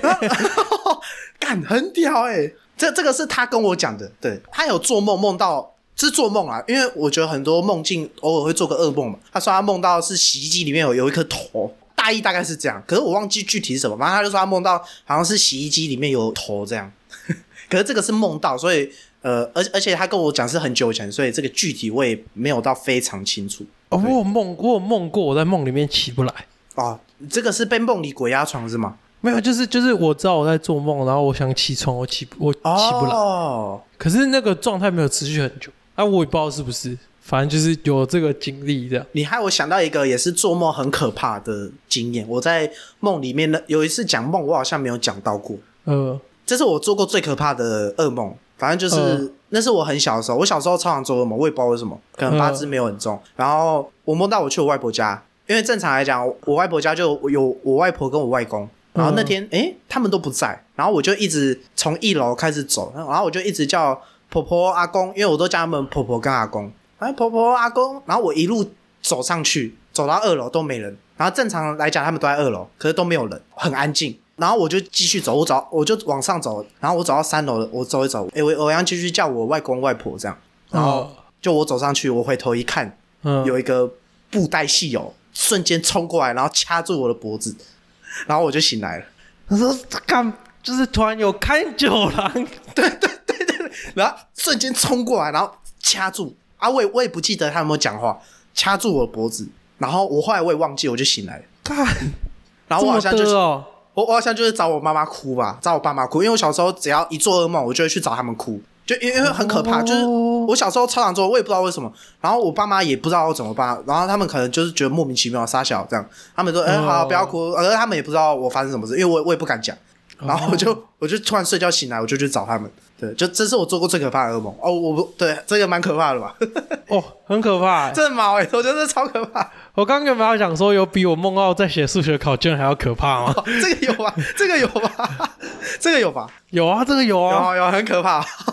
Speaker 2: 干，很屌哎、这这个是他跟我讲的，对他有做梦梦到。是做梦啊，因为我觉得很多梦境偶尔会做个噩梦嘛。他说他梦到是洗衣机里面有有一颗头，大意大概是这样，可是我忘记具体是什么。反正他就说他梦到好像是洗衣机里面有头这样， 可是这个是梦到，所以呃，而而且他跟我讲是很久以前，所以这个具体我也没有到非常清楚
Speaker 1: 哦，我有梦，我有梦过，我在梦里面起不来。
Speaker 2: 哦。这个是被梦里鬼压床是吗？
Speaker 1: 没有，就是就是我知道我在做梦，然后我想起床，我起不我起不来，
Speaker 2: 哦，
Speaker 1: 可是那个状态没有持续很久。啊，我也不知道是不是，反正就是有这个经历这样。
Speaker 2: 你害我想到一个也是做梦很可怕的经验。我在梦里面呢，有一次讲梦，我好像没有讲到过，
Speaker 1: 呃，
Speaker 2: 这是我做过最可怕的噩梦。反正就是、
Speaker 1: 嗯
Speaker 2: 那是我很小的时候，我小时候超常做噩梦，我也不知道为什么，可能八字没有很重。然后我梦到我去我外婆家，因为正常来讲，我外婆家就有我外婆跟我外公。然后那天诶、他们都不在，然后我就一直从一楼开始走，然后我就一直叫婆婆阿公，因为我都叫他们婆婆跟阿公。哎，婆婆阿公，然后我一路走上去，走到二楼都没人。然后正常来讲，他们都在二楼，可是都没有人，很安静。然后我就继续走，我走，我就往上走，然后我走到三楼了，我走一走，哎，我我要继续叫我外公外婆这样。然后就我走上去，我回头一看，
Speaker 1: 嗯，
Speaker 2: 有一个布袋戏友瞬间冲过来，然后掐住我的脖子，然后我就醒来了。
Speaker 1: 他说干就是突然有看九郎，
Speaker 2: 然后瞬间冲过来，然后掐住啊！我也我也不记得他有没有讲话，掐住我的脖子，然后我后来我也忘记，我就醒来了。
Speaker 1: 干，
Speaker 2: 然后我好像
Speaker 1: 这
Speaker 2: 就
Speaker 1: 么
Speaker 2: 是、
Speaker 1: 的哦，
Speaker 2: 我我好像就是找我妈妈哭吧，找我爸妈哭，因为我小时候只要一做噩梦，我就会去找他们哭，就因为因为很可怕，
Speaker 1: 哦
Speaker 2: 就是我小时候超常做，我也不知道为什么，然后我爸妈也不知道我怎么办，然后他们可能就是觉得莫名其妙撒小这样，他们说哎、
Speaker 1: 哦
Speaker 2: 好不要哭，而他们也不知道我发生什么事，因为我我也不敢讲。
Speaker 1: 哦
Speaker 2: 然后我就、我就突然睡觉醒来，我就去找他们。对，就这是我做过最可怕的噩梦哦。我不对，这个蛮可怕的吧？
Speaker 1: 哦，很可怕欸。
Speaker 2: 这毛哎、我觉得这超可怕。
Speaker 1: 我刚原本要讲说，有比我梦到在写数学考卷还要可怕吗？
Speaker 2: 哦这个有吧？这个有吧？ 这个有吧？
Speaker 1: 有啊，这个有
Speaker 2: 有
Speaker 1: 啊。
Speaker 2: 啊有啊很可 怕。好，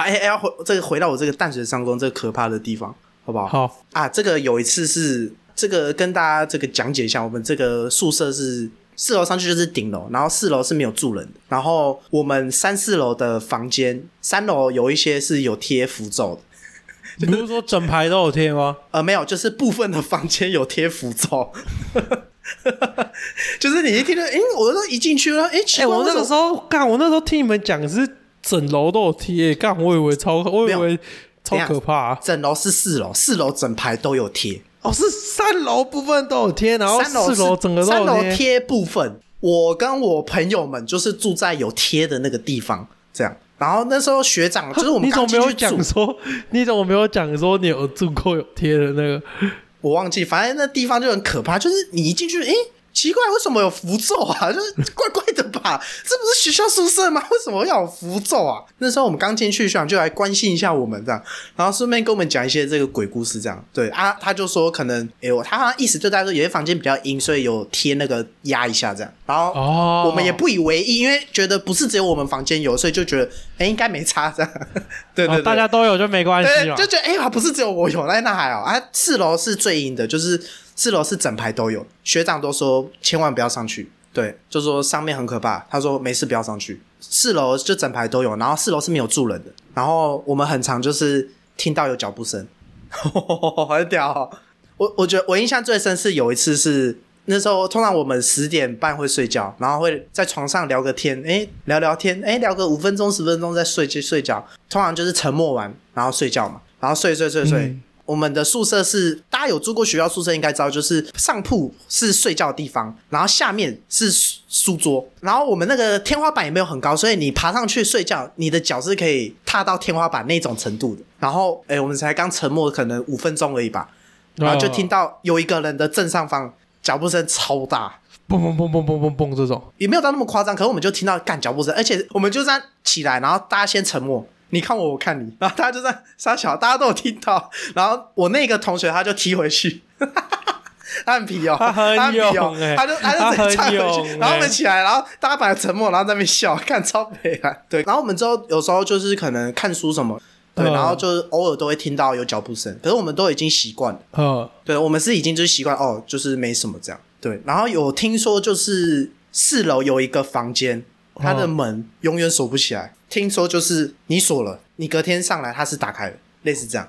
Speaker 2: 哎、哎，要回这个回到我这个淡水上宫这个可怕的地方，好不好？
Speaker 1: 好，
Speaker 2: 啊，这个有一次是这个跟大家这个讲解一下，我们这个宿舍是四楼上去就是顶楼，然后四楼是没有住人的，然后我们三四楼的房间，三楼有一些是有贴符咒
Speaker 1: 你
Speaker 2: 的，
Speaker 1: 不是说整排都有贴 吗？
Speaker 2: 呃，没有，就是部分的房间有贴符咒。 就是你一听到，哎、我都一进去了，哎、
Speaker 1: 哎、
Speaker 2: 奇怪
Speaker 1: 我那
Speaker 2: 为
Speaker 1: 个
Speaker 2: 什
Speaker 1: 时
Speaker 2: 么
Speaker 1: 候干，我那时候听你们讲是整楼都有贴、干，我以为超，我
Speaker 2: 没
Speaker 1: 以
Speaker 2: 有
Speaker 1: 为超
Speaker 2: 等一下
Speaker 1: 可怕、啊。
Speaker 2: 整楼是四楼，四楼整排都有贴，
Speaker 1: 哦，是三楼部分都有贴，然后
Speaker 2: 三楼
Speaker 1: 四
Speaker 2: 是
Speaker 1: 楼整个都
Speaker 2: 三楼
Speaker 1: 有贴。
Speaker 2: 贴部分，我跟我朋友们就是住在有贴的那个地方，这样。然后那时候学 长就是我们
Speaker 1: 你怎
Speaker 2: 刚
Speaker 1: 么没
Speaker 2: 进
Speaker 1: 有
Speaker 2: 去住
Speaker 1: 讲，说？你怎么没有讲说你有住过有贴的那个？
Speaker 2: 我忘记，反正那地方就很可怕，就是你一进去，诶。奇怪，为什么有符咒啊？ 就是怪怪的吧？这不是学校宿舍吗？为 什么要有符咒啊？那时候我们刚进去，学长就来关心一下我们这样，然后顺便跟我们讲一些这个鬼故事这样。对啊，他就说可能，哎、呦，他好像意思就在说有些房间比较阴，所以有贴那个压一下这样。然后
Speaker 1: 哦，
Speaker 2: 我们也不以为意，因为觉得不是只有我们房间有，所以就觉得哎、应该没差这样。 对对
Speaker 1: 哦
Speaker 2: 对，
Speaker 1: 大家都有就没关系
Speaker 2: 对
Speaker 1: 嘛哦
Speaker 2: 就。觉得哎呀、不是只有我有，那那还好啊。四楼是最阴的，就是四楼是整排都有，学长都说千万不要上去，对，就说上面很可怕，他说没事不要上去。四楼就整排都有，然后四楼是没有住人的，然后我们很常就是听到有脚步声， 很屌哦、我我觉得我印象最深是有一次是那时候，通常我们十点半会睡觉，然后会在床上聊个天，诶，聊聊天，诶，聊个五分钟十分钟再睡去睡觉。通常就是沉默完，然后睡觉嘛，然后睡睡睡睡，
Speaker 1: 嗯
Speaker 2: 我们的宿舍是大家有住过学校宿舍应该知道，就是上铺是睡觉的地方，然后下面是书书桌，然后我们那个天花板也没有很高，所以你爬上去睡觉，你的脚是可以踏到天花板那种程度的。然后，哎，我们才刚沉默可能五分钟而已吧，然
Speaker 1: 哦
Speaker 2: 后就听到有一个人的正上方脚步声超大，
Speaker 1: 嘣嘣嘣嘣嘣嘣嘣这种，
Speaker 2: 也没有到那么夸张，可是我们就听到干脚步声，而且我们就这样起来，然后大家先沉默，你看我，我看你，然后大家就在傻笑，大家都有听到， 然后我那个同学他就踢回去。 他很皮哦，
Speaker 1: 他很
Speaker 2: 皮哦
Speaker 1: 勇，欸
Speaker 2: 他就他就直
Speaker 1: 他
Speaker 2: 接插
Speaker 1: 很
Speaker 2: 回
Speaker 1: 勇
Speaker 2: 去，然后我
Speaker 1: 欸
Speaker 2: 们起来，然后大家本来沉默，然后在那边笑， 看超北啊，对，然后我们之后有时候就是可能看书什么，对，
Speaker 1: 嗯
Speaker 2: 然后就是偶尔都会听到有脚步声，可是我们都已经习惯了。
Speaker 1: 呃，
Speaker 2: 对，我们是已经就是习惯哦，就是没什么这样。对，然后有听说就是四楼有一个房间，它的
Speaker 1: 哦
Speaker 2: 门永远锁不起来。听说就是你锁了，你隔天上来它是打开的，类似 这样。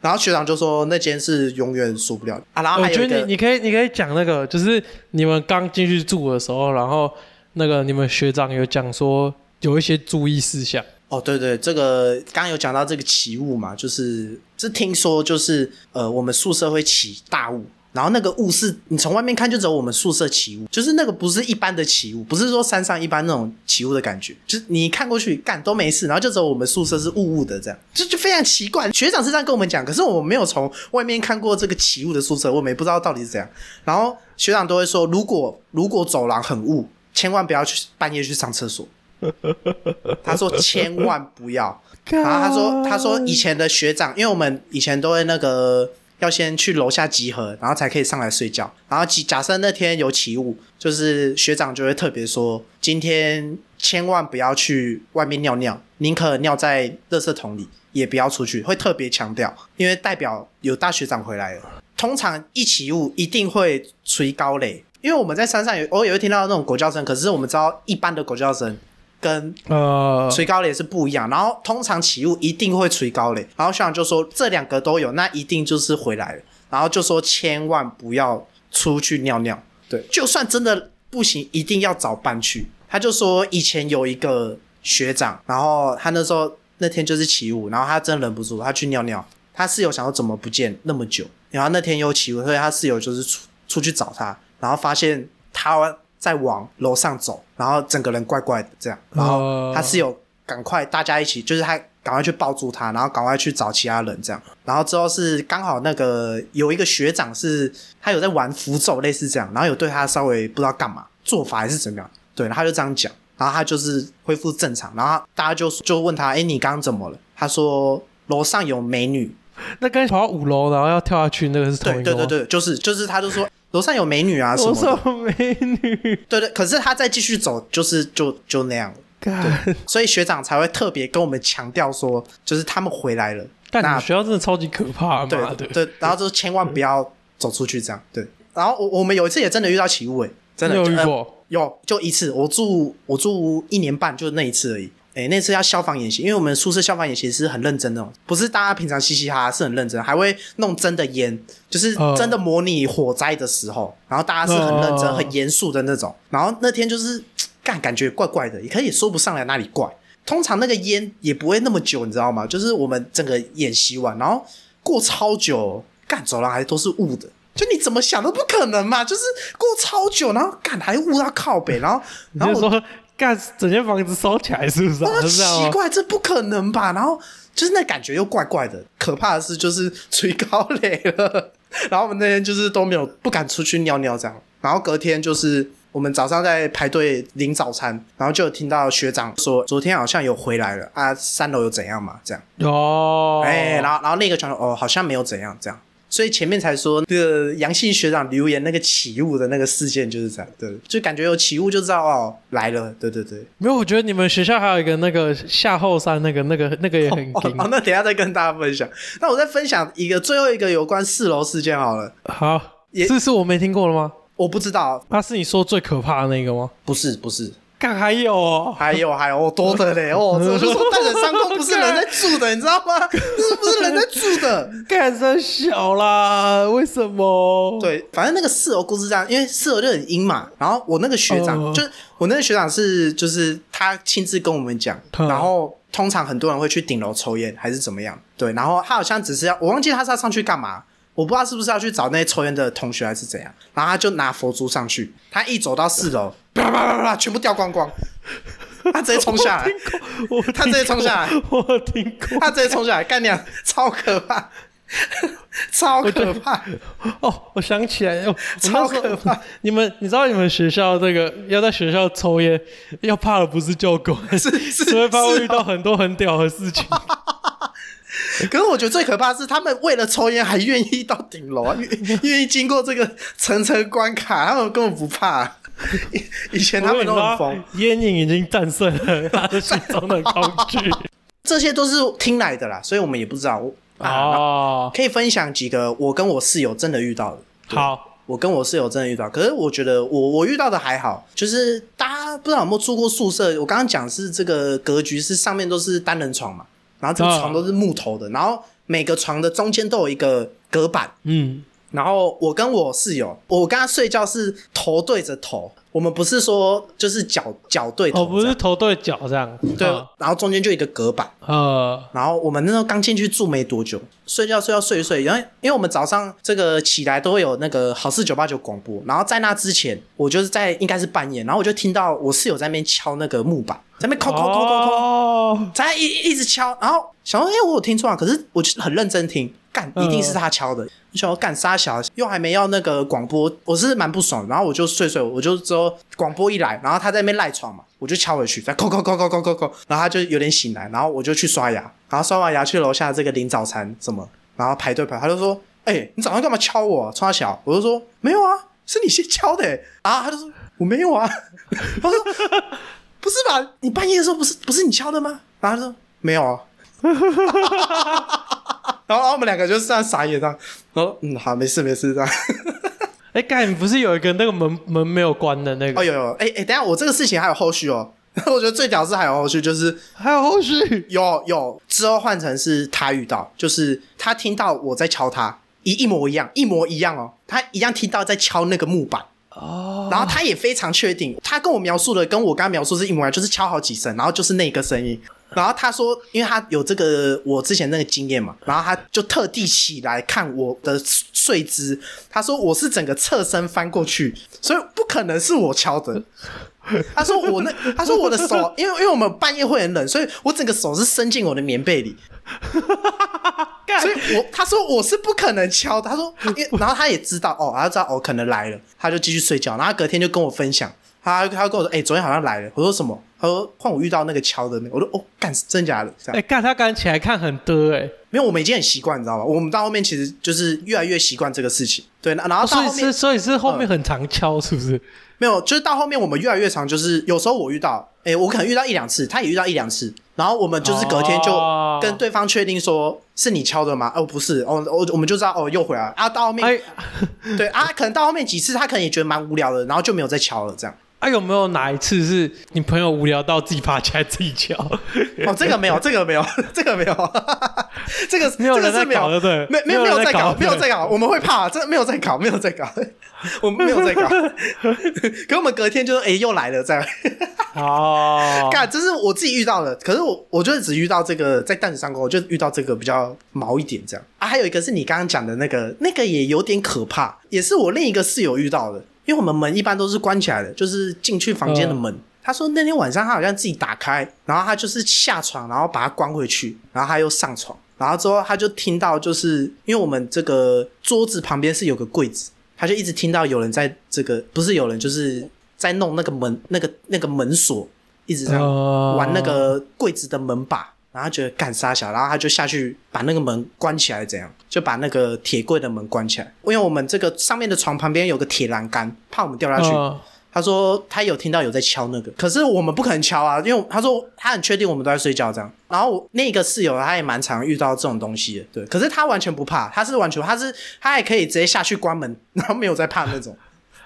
Speaker 2: 然后学长就说那间是永远锁不了的啊。然后
Speaker 1: 我
Speaker 2: 还有
Speaker 1: 觉
Speaker 2: 一
Speaker 1: 得你
Speaker 2: 个
Speaker 1: 你可以你可以讲那个，就是你们刚进去住的时候，然后那个你们学长有讲说有一些注意事项，
Speaker 2: 哦，对对，这个刚刚有讲到这个起雾嘛，就是是听说就是呃，我们宿舍会起大雾。然后那个雾是你从外面看就只有我们宿舍起雾，就是那个不是一般的起雾，不是说山上一般那种起雾的感觉，就是你看过去干都没事，然后就只有我们宿舍是雾雾的这样，就就非常奇怪。学长是这样跟我们讲，可是我没有从外面看过这个起雾的宿舍，我们也不知道到底是怎样。然后学长都会说，如果如果走廊很雾，千万不要去半夜去上厕所。他说千万不要，然后啊他说他说以前的学长，因为我们以前都会那个要先去楼下集合，然后才可以上来睡觉。然后假假设那天有起雾，就是学长就会特别说，今天千万不要去外面尿尿，宁可尿在垃圾桶里，也不要出去，会特别强调，因为代表有大学长回来了。通常一起雾一定会吹高垒，因为我们在山上有偶尔也会听到那种狗叫声，可是我们知道一般的狗叫声跟
Speaker 1: 呃，
Speaker 2: 垂高垒是不一样，然后通常起雾一定会垂高垒，然后学长就说这两个都有，那一定就是回来了，然后就说千万不要出去尿尿，对，就算真的不行，一定要找伴去。他就说以前有一个学长，然后他那时候那天就是起雾，然后他真忍不住，他去尿尿，他室友想说怎么不见那么久，然后那天又起雾，所以他室友就是出出去找他，然后发现他在往楼上走，然后整个人怪怪的这样，然后
Speaker 1: 哦
Speaker 2: 他室友赶快大家一起，就是他赶快去抱住他，然后赶快去找其他人这样，然后之后是刚好那个有一个学长是他有在玩符咒类似这样，然后有对他稍微不知道干嘛做法还是怎么样，对，然后他就这样讲。然后他就是恢复正常，然后大家就就问他：“哎，你刚刚怎么了？”他说：“楼上有美女，
Speaker 1: 那跟跑到五楼然后要跳下去那个是同
Speaker 2: 对
Speaker 1: 一个
Speaker 2: 对
Speaker 1: 吗
Speaker 2: 对，对，就是就是，他就说楼上有美女啊什
Speaker 1: 我
Speaker 2: 么的，
Speaker 1: 说美女，
Speaker 2: 对对。可是他再继续走，就是就就那样了，
Speaker 1: 干，
Speaker 2: 所以学长才会特别跟我们强调说，就是他们回来了，
Speaker 1: 干，你
Speaker 2: 那
Speaker 1: 们学校真的超级可怕，啊妈
Speaker 2: 对
Speaker 1: 的，
Speaker 2: 对，然后就千万不要走出去这样，对。然后我我们有一次也真的遇到起雾，哎，真的
Speaker 1: 你有
Speaker 2: 就
Speaker 1: 遇
Speaker 2: 呃
Speaker 1: 过，
Speaker 2: 有，就一次，我住我住一年半，就那一次而已。诶，那次要消防演习，因为我们宿舍消防演习是很认真的哦，不是大家平常嘻嘻哈哈，是很认真，还会弄真的烟，就是
Speaker 1: 哦
Speaker 2: 真的模拟火灾的时候，然后大家是很认真、
Speaker 1: 哦
Speaker 2: 很严肃的那种。然后那天就是干，感觉怪怪的，也可以说不上来哪里怪。通常那个烟也不会那么久，你知道吗？就是我们整个演习完，然后过超久，干走廊还都是雾的，就你怎么想都不可能嘛！就是过超久，然后干还雾到靠北，然后
Speaker 1: 你
Speaker 2: 然后
Speaker 1: 就
Speaker 2: 我
Speaker 1: 说干，整间房子烧起来是不是啊？
Speaker 2: 那
Speaker 1: 是这样吗
Speaker 2: 奇怪，这不可能吧？然后就是那感觉又怪怪的。可怕的是，就是吹高垒了。然后我们那天就是都没有不敢出去尿尿这样。然后隔天就是我们早上在排队领早餐，然后就有听到学长说昨天好像有回来了啊，三楼有怎样嘛？这样，
Speaker 1: 哦，
Speaker 2: 哎、然后然后那个传说哦好像没有怎样这样。所以前面才说那个杨姓学长留言那个起雾的那个事件就是这样，对，就感觉有起雾就知道哦来了，对对对。
Speaker 1: 没有，我觉得你们学校还有一个那个夏后山，那个那个那个也很
Speaker 2: 哦
Speaker 1: 硬。
Speaker 2: 哦，那等一下再跟大家分享。那我再分享一个最后一个有关四楼事件好了，
Speaker 1: 好，
Speaker 2: 也
Speaker 1: 这是我没听过了吗？
Speaker 2: 我不知道，
Speaker 1: 那是你说最可怕的那个吗？
Speaker 2: 不是不是，
Speaker 1: 干，还有哦，
Speaker 2: 还有还有哦多的嘞哦，我就说淡水上空不是人在住的，你知道 吗？这不是人在住的。
Speaker 1: 干真小啦，为什么？，
Speaker 2: 对，反正那个四楼故事这样，因为四楼就很阴嘛。然后我那个学长，
Speaker 1: 哦
Speaker 2: 就是我那个学长是，就是他亲自跟我们讲，
Speaker 1: 嗯
Speaker 2: 然后通常很多人会去顶楼抽烟还是怎么样，对，然后他好像只是要，我忘记他是要上去干嘛，我不知道是不是要去找那些抽烟的同学还是怎样，然后他就拿佛珠上去，他一走到四楼，啪啪啪啪啪，全部掉光光，他直接冲下来，
Speaker 1: 我
Speaker 2: 他直接冲下来
Speaker 1: 听过，我听过。
Speaker 2: 他直接冲下来，干娘超可怕，超可怕，
Speaker 1: 哦，我想起来，哦、我
Speaker 2: 超
Speaker 1: 那时候
Speaker 2: 可怕。
Speaker 1: 你们，你知道你们学校这个要在学校抽烟，要怕的不是救狗，
Speaker 2: 是是
Speaker 1: 只会怕会
Speaker 2: 是
Speaker 1: 遇到很多很屌的事情。
Speaker 2: 可是我觉得最可怕的是，他们为了抽烟还愿意到顶楼 啊，愿愿意经过这个层层关卡，他们根本不怕、啊以以前 他们都很
Speaker 1: 我跟
Speaker 2: 疯
Speaker 1: 你，说烟瘾已经战胜了他的心中的恐惧。
Speaker 2: 这些都是听来的啦，所以我们也不知道。我 啊，
Speaker 1: 哦，
Speaker 2: 可以分享几个我跟我室友真的遇到的。
Speaker 1: 好，
Speaker 2: 我跟我室友真的遇到，可是我觉得我我遇到的还好，就是大家不知道有没有住过宿舍。我刚刚讲是这个格局是上面都是单人床嘛，然后这个
Speaker 1: 啊
Speaker 2: 床都是木头的，然后每个床的中间都有一个隔板，
Speaker 1: 嗯，
Speaker 2: 然后我跟我室友，我跟他睡觉是头对着头，我们不是说就是脚脚对头
Speaker 1: 哦，不
Speaker 2: 这
Speaker 1: 是
Speaker 2: 样，
Speaker 1: 头对脚这样，
Speaker 2: 对
Speaker 1: 嗯，
Speaker 2: 然后中间就一个隔板。
Speaker 1: 呃，
Speaker 2: 然后我们那时候刚进去住没多久，睡觉睡觉睡一睡，然后因为我们早上这个起来都会有那个好事九八九广播，然后在那之前，我就是在应该是半夜，然后我就听到我室友在那边敲那个木板，在那边敲敲敲敲敲，
Speaker 1: 哦，
Speaker 2: 在一一直敲，然后想说，哎、我有听错啊，可是我就很认真听，干，
Speaker 1: 嗯
Speaker 2: 一定是他敲的。我想说干沙小，又还没要那个广播，我是蛮不爽的。然后我就睡睡，我就之后广播一来，然后他在那边赖床嘛，我就敲回去，再扣扣扣扣扣扣扣，然后他就有点醒来，然后我就去刷牙，然后刷完牙去楼下这个领早餐什么，然后排队排，他就说，哎、你早上干嘛敲我、啊？超小，我就说没有啊，是你先敲的、欸。然后他就说我没有啊， 他说不是吧？你半夜的时候不是不是你敲的吗？然后他说没有啊。 然后然后我们两个就是这样傻眼这样，然后嗯好没事没事这样。
Speaker 1: 哎，盖，你不是有一个那个门门没有关的那
Speaker 2: 哦
Speaker 1: 个，
Speaker 2: 有有哎哎，等一下我这个事情还有后续哦。 我觉得最屌是还有后续，就是
Speaker 1: 还有后续，
Speaker 2: 有有之后换成是他遇到，就是他听到我在敲他一一模一样一模一样哦，他一样听到在敲那个木板。
Speaker 1: 哦，
Speaker 2: 然后他也非常确定，他跟我描述的跟我刚刚描述是一模一样，就是敲好几声，然后就是那个声音。然后他说，因为他有这个我之前那个经验嘛，然后他就特地起来看我的睡姿，他说我是整个侧身翻过去，所以不可能是我敲的。他说 我那，他说我的手，因为因为我们半夜会很冷，所以我整个手是伸进我的棉被里，
Speaker 1: 干
Speaker 2: 所以我他说我是不可能敲的，他 说，因为然后他也知道哦，他知道哦可能来了，他就继续睡觉，然后他隔天就跟我分享，他他跟我说，哎、昨天好像来了，我说什么？他说换我遇到那个敲的那个，我说哦干是真假的这样，
Speaker 1: 哎，干他敢起来看很多哎，
Speaker 2: 没有我们已经很习惯，你知道吗？我们到后面其实就是越来越习惯这个事情，对，然然后
Speaker 1: 哦所
Speaker 2: 啊到
Speaker 1: 以
Speaker 2: 后面、嗯
Speaker 1: 是所以是后面很常敲是不是？
Speaker 2: 没有，就是到后面我们越来越常，就是有时候我遇到，哎、我可能遇到一两次，他也遇到一两次，然后我们就是隔天就
Speaker 1: 哦
Speaker 2: 跟对方确定说、是你敲的吗？哦，不是，哦，我我们就知道哦又回来了啊，到后面、
Speaker 1: 哎
Speaker 2: 对啊，可能到后面几次他可能也觉得蛮无聊的，然后就没有再敲了 这样。
Speaker 1: 啊，有没有哪一次是你朋友无聊到自己爬起来自己敲？
Speaker 2: 哦，这个没有，这个没有， 这个没有，这个
Speaker 1: 没有
Speaker 2: 这
Speaker 1: 人
Speaker 2: 个是
Speaker 1: 在
Speaker 2: 没有
Speaker 1: 搞，对不对？
Speaker 2: 没没有没有
Speaker 1: 人
Speaker 2: 在搞，没有
Speaker 1: 对
Speaker 2: 在搞，我们会怕，这没有在搞，没有在搞， 我们没有在搞。 可我们隔天就是哎、又来了这样，
Speaker 1: 不对 哦，
Speaker 2: 干，这是我自己遇到的。可是我我就是只遇到这个在淡水上工，我就遇到这个比较毛一点这样啊。还有一个是你刚刚讲的那个，那个也有点可怕，也是我另一个室友遇到的。因为我们门一般都是关起来的，就是进去房间的门。他说那天晚上他好像自己打开，然后他就是下床，然后把它关回去，然后他又上床，然后之后他就听到，就是因为我们这个桌子旁边是有个柜子，他就一直听到有人在这个不是有人就是在弄那个门那个那个门锁，一直这样
Speaker 1: 哦
Speaker 2: 玩那个柜子的门把，然后他觉得干啥小，然后他就下去把那个门关起来，怎样就把那个铁柜的门关起来，因为我们这个上面的床旁边有个铁栏杆，怕我们掉下去。
Speaker 1: 嗯
Speaker 2: 他说他有听到有在敲那个，可是我们不可能敲啊，因为他说他很确定我们都在睡觉这样。然后我那个室友他也蛮常遇到这种东西的，对，可是他完全不怕，他是完全他是他也可以直接下去关门，然后没有在怕那种。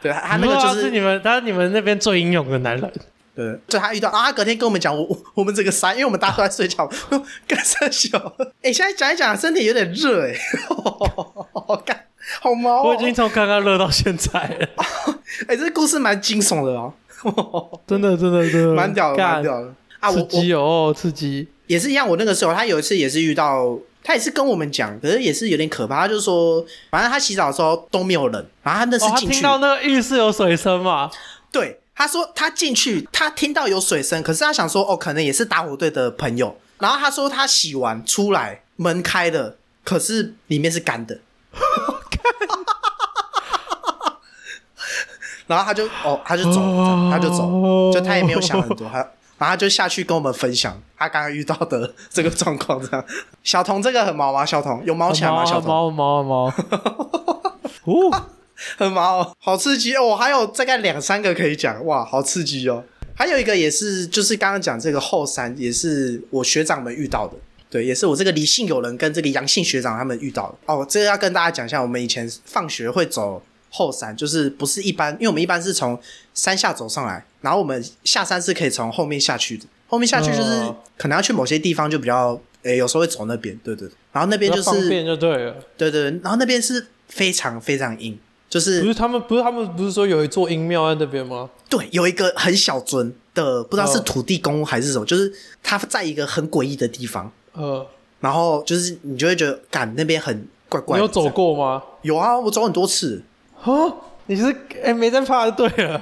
Speaker 2: 对他他那个
Speaker 1: 不
Speaker 2: 就
Speaker 1: 啊知道是你们，他是你们那边最英勇的男人。
Speaker 2: 对，就他遇到啊，他隔天跟我们讲，我我 我们这个傻，因为我们大家都在睡觉， 干三小。哎、现在讲一讲，身体有点热哎、 欸，干好毛、哦。
Speaker 1: 我已经从刚刚热到现在了，
Speaker 2: 哎、这故事蛮惊悚的哦，
Speaker 1: 真的真的真的，
Speaker 2: 蛮屌的，
Speaker 1: 干
Speaker 2: 蛮屌的啊！我
Speaker 1: 刺
Speaker 2: 我
Speaker 1: 激哦，刺激！
Speaker 2: 也是一样，我那个时候他有一次也是遇到，他也是跟我们讲，可是也是有点可怕。他就说，反正他洗澡的时候都没有人，然后他那
Speaker 1: 哦，
Speaker 2: 次
Speaker 1: 他
Speaker 2: 进
Speaker 1: 听
Speaker 2: 去，
Speaker 1: 到那个浴室有水声嘛？
Speaker 2: 对，他说他进去，他听到有水声，可是他想说，哦，可能也是打火队的朋友。然后他说他洗完出来，门开了，可是里面是干的。然后他就哦，他就走了，这样他就走，就他也没有想很多，他然后他就下去跟我们分享他刚刚遇到的这个状况。这样，小童这个很毛吗？小童有毛起来吗？小
Speaker 1: 很
Speaker 2: 童
Speaker 1: 毛很毛很 毛。很毛哦，
Speaker 2: 很毛哦，好刺激哦！我还有大概两三个可以讲，哇，好刺激哦！还有一个也是，就是刚刚讲这个后山，也是我学长们遇到的，对，也是我这个李姓友人跟这个杨姓学长他们遇到的。哦，这个要跟大家讲一下，我们以前放学会走后山，就是不是一般，因为我们一般是从山下走上来，然后我们下山是可以从后面下去的，后面下去就是
Speaker 1: 哦
Speaker 2: 可能要去某些地方就比较，诶，有时候会走那边，对对对，然后那
Speaker 1: 比
Speaker 2: 边
Speaker 1: 较
Speaker 2: 就
Speaker 1: 方
Speaker 2: 是，
Speaker 1: 便就对了。
Speaker 2: 对对对，然后那边是非常非常硬。就
Speaker 1: 不
Speaker 2: 是
Speaker 1: 是他们，不是他们，不是说有一座阴庙在那边吗？
Speaker 2: 对，有一个很小尊的，不知道是
Speaker 1: 嗯
Speaker 2: 土地公还是什么，就是他在一个很诡异的地方，
Speaker 1: 呃，
Speaker 2: 然后就是你就会觉得，赶那边很怪
Speaker 1: 你
Speaker 2: 怪的。
Speaker 1: 有走过吗？
Speaker 2: 有啊，我走很多次，
Speaker 1: 哦，你是哎、没在怕就对 了。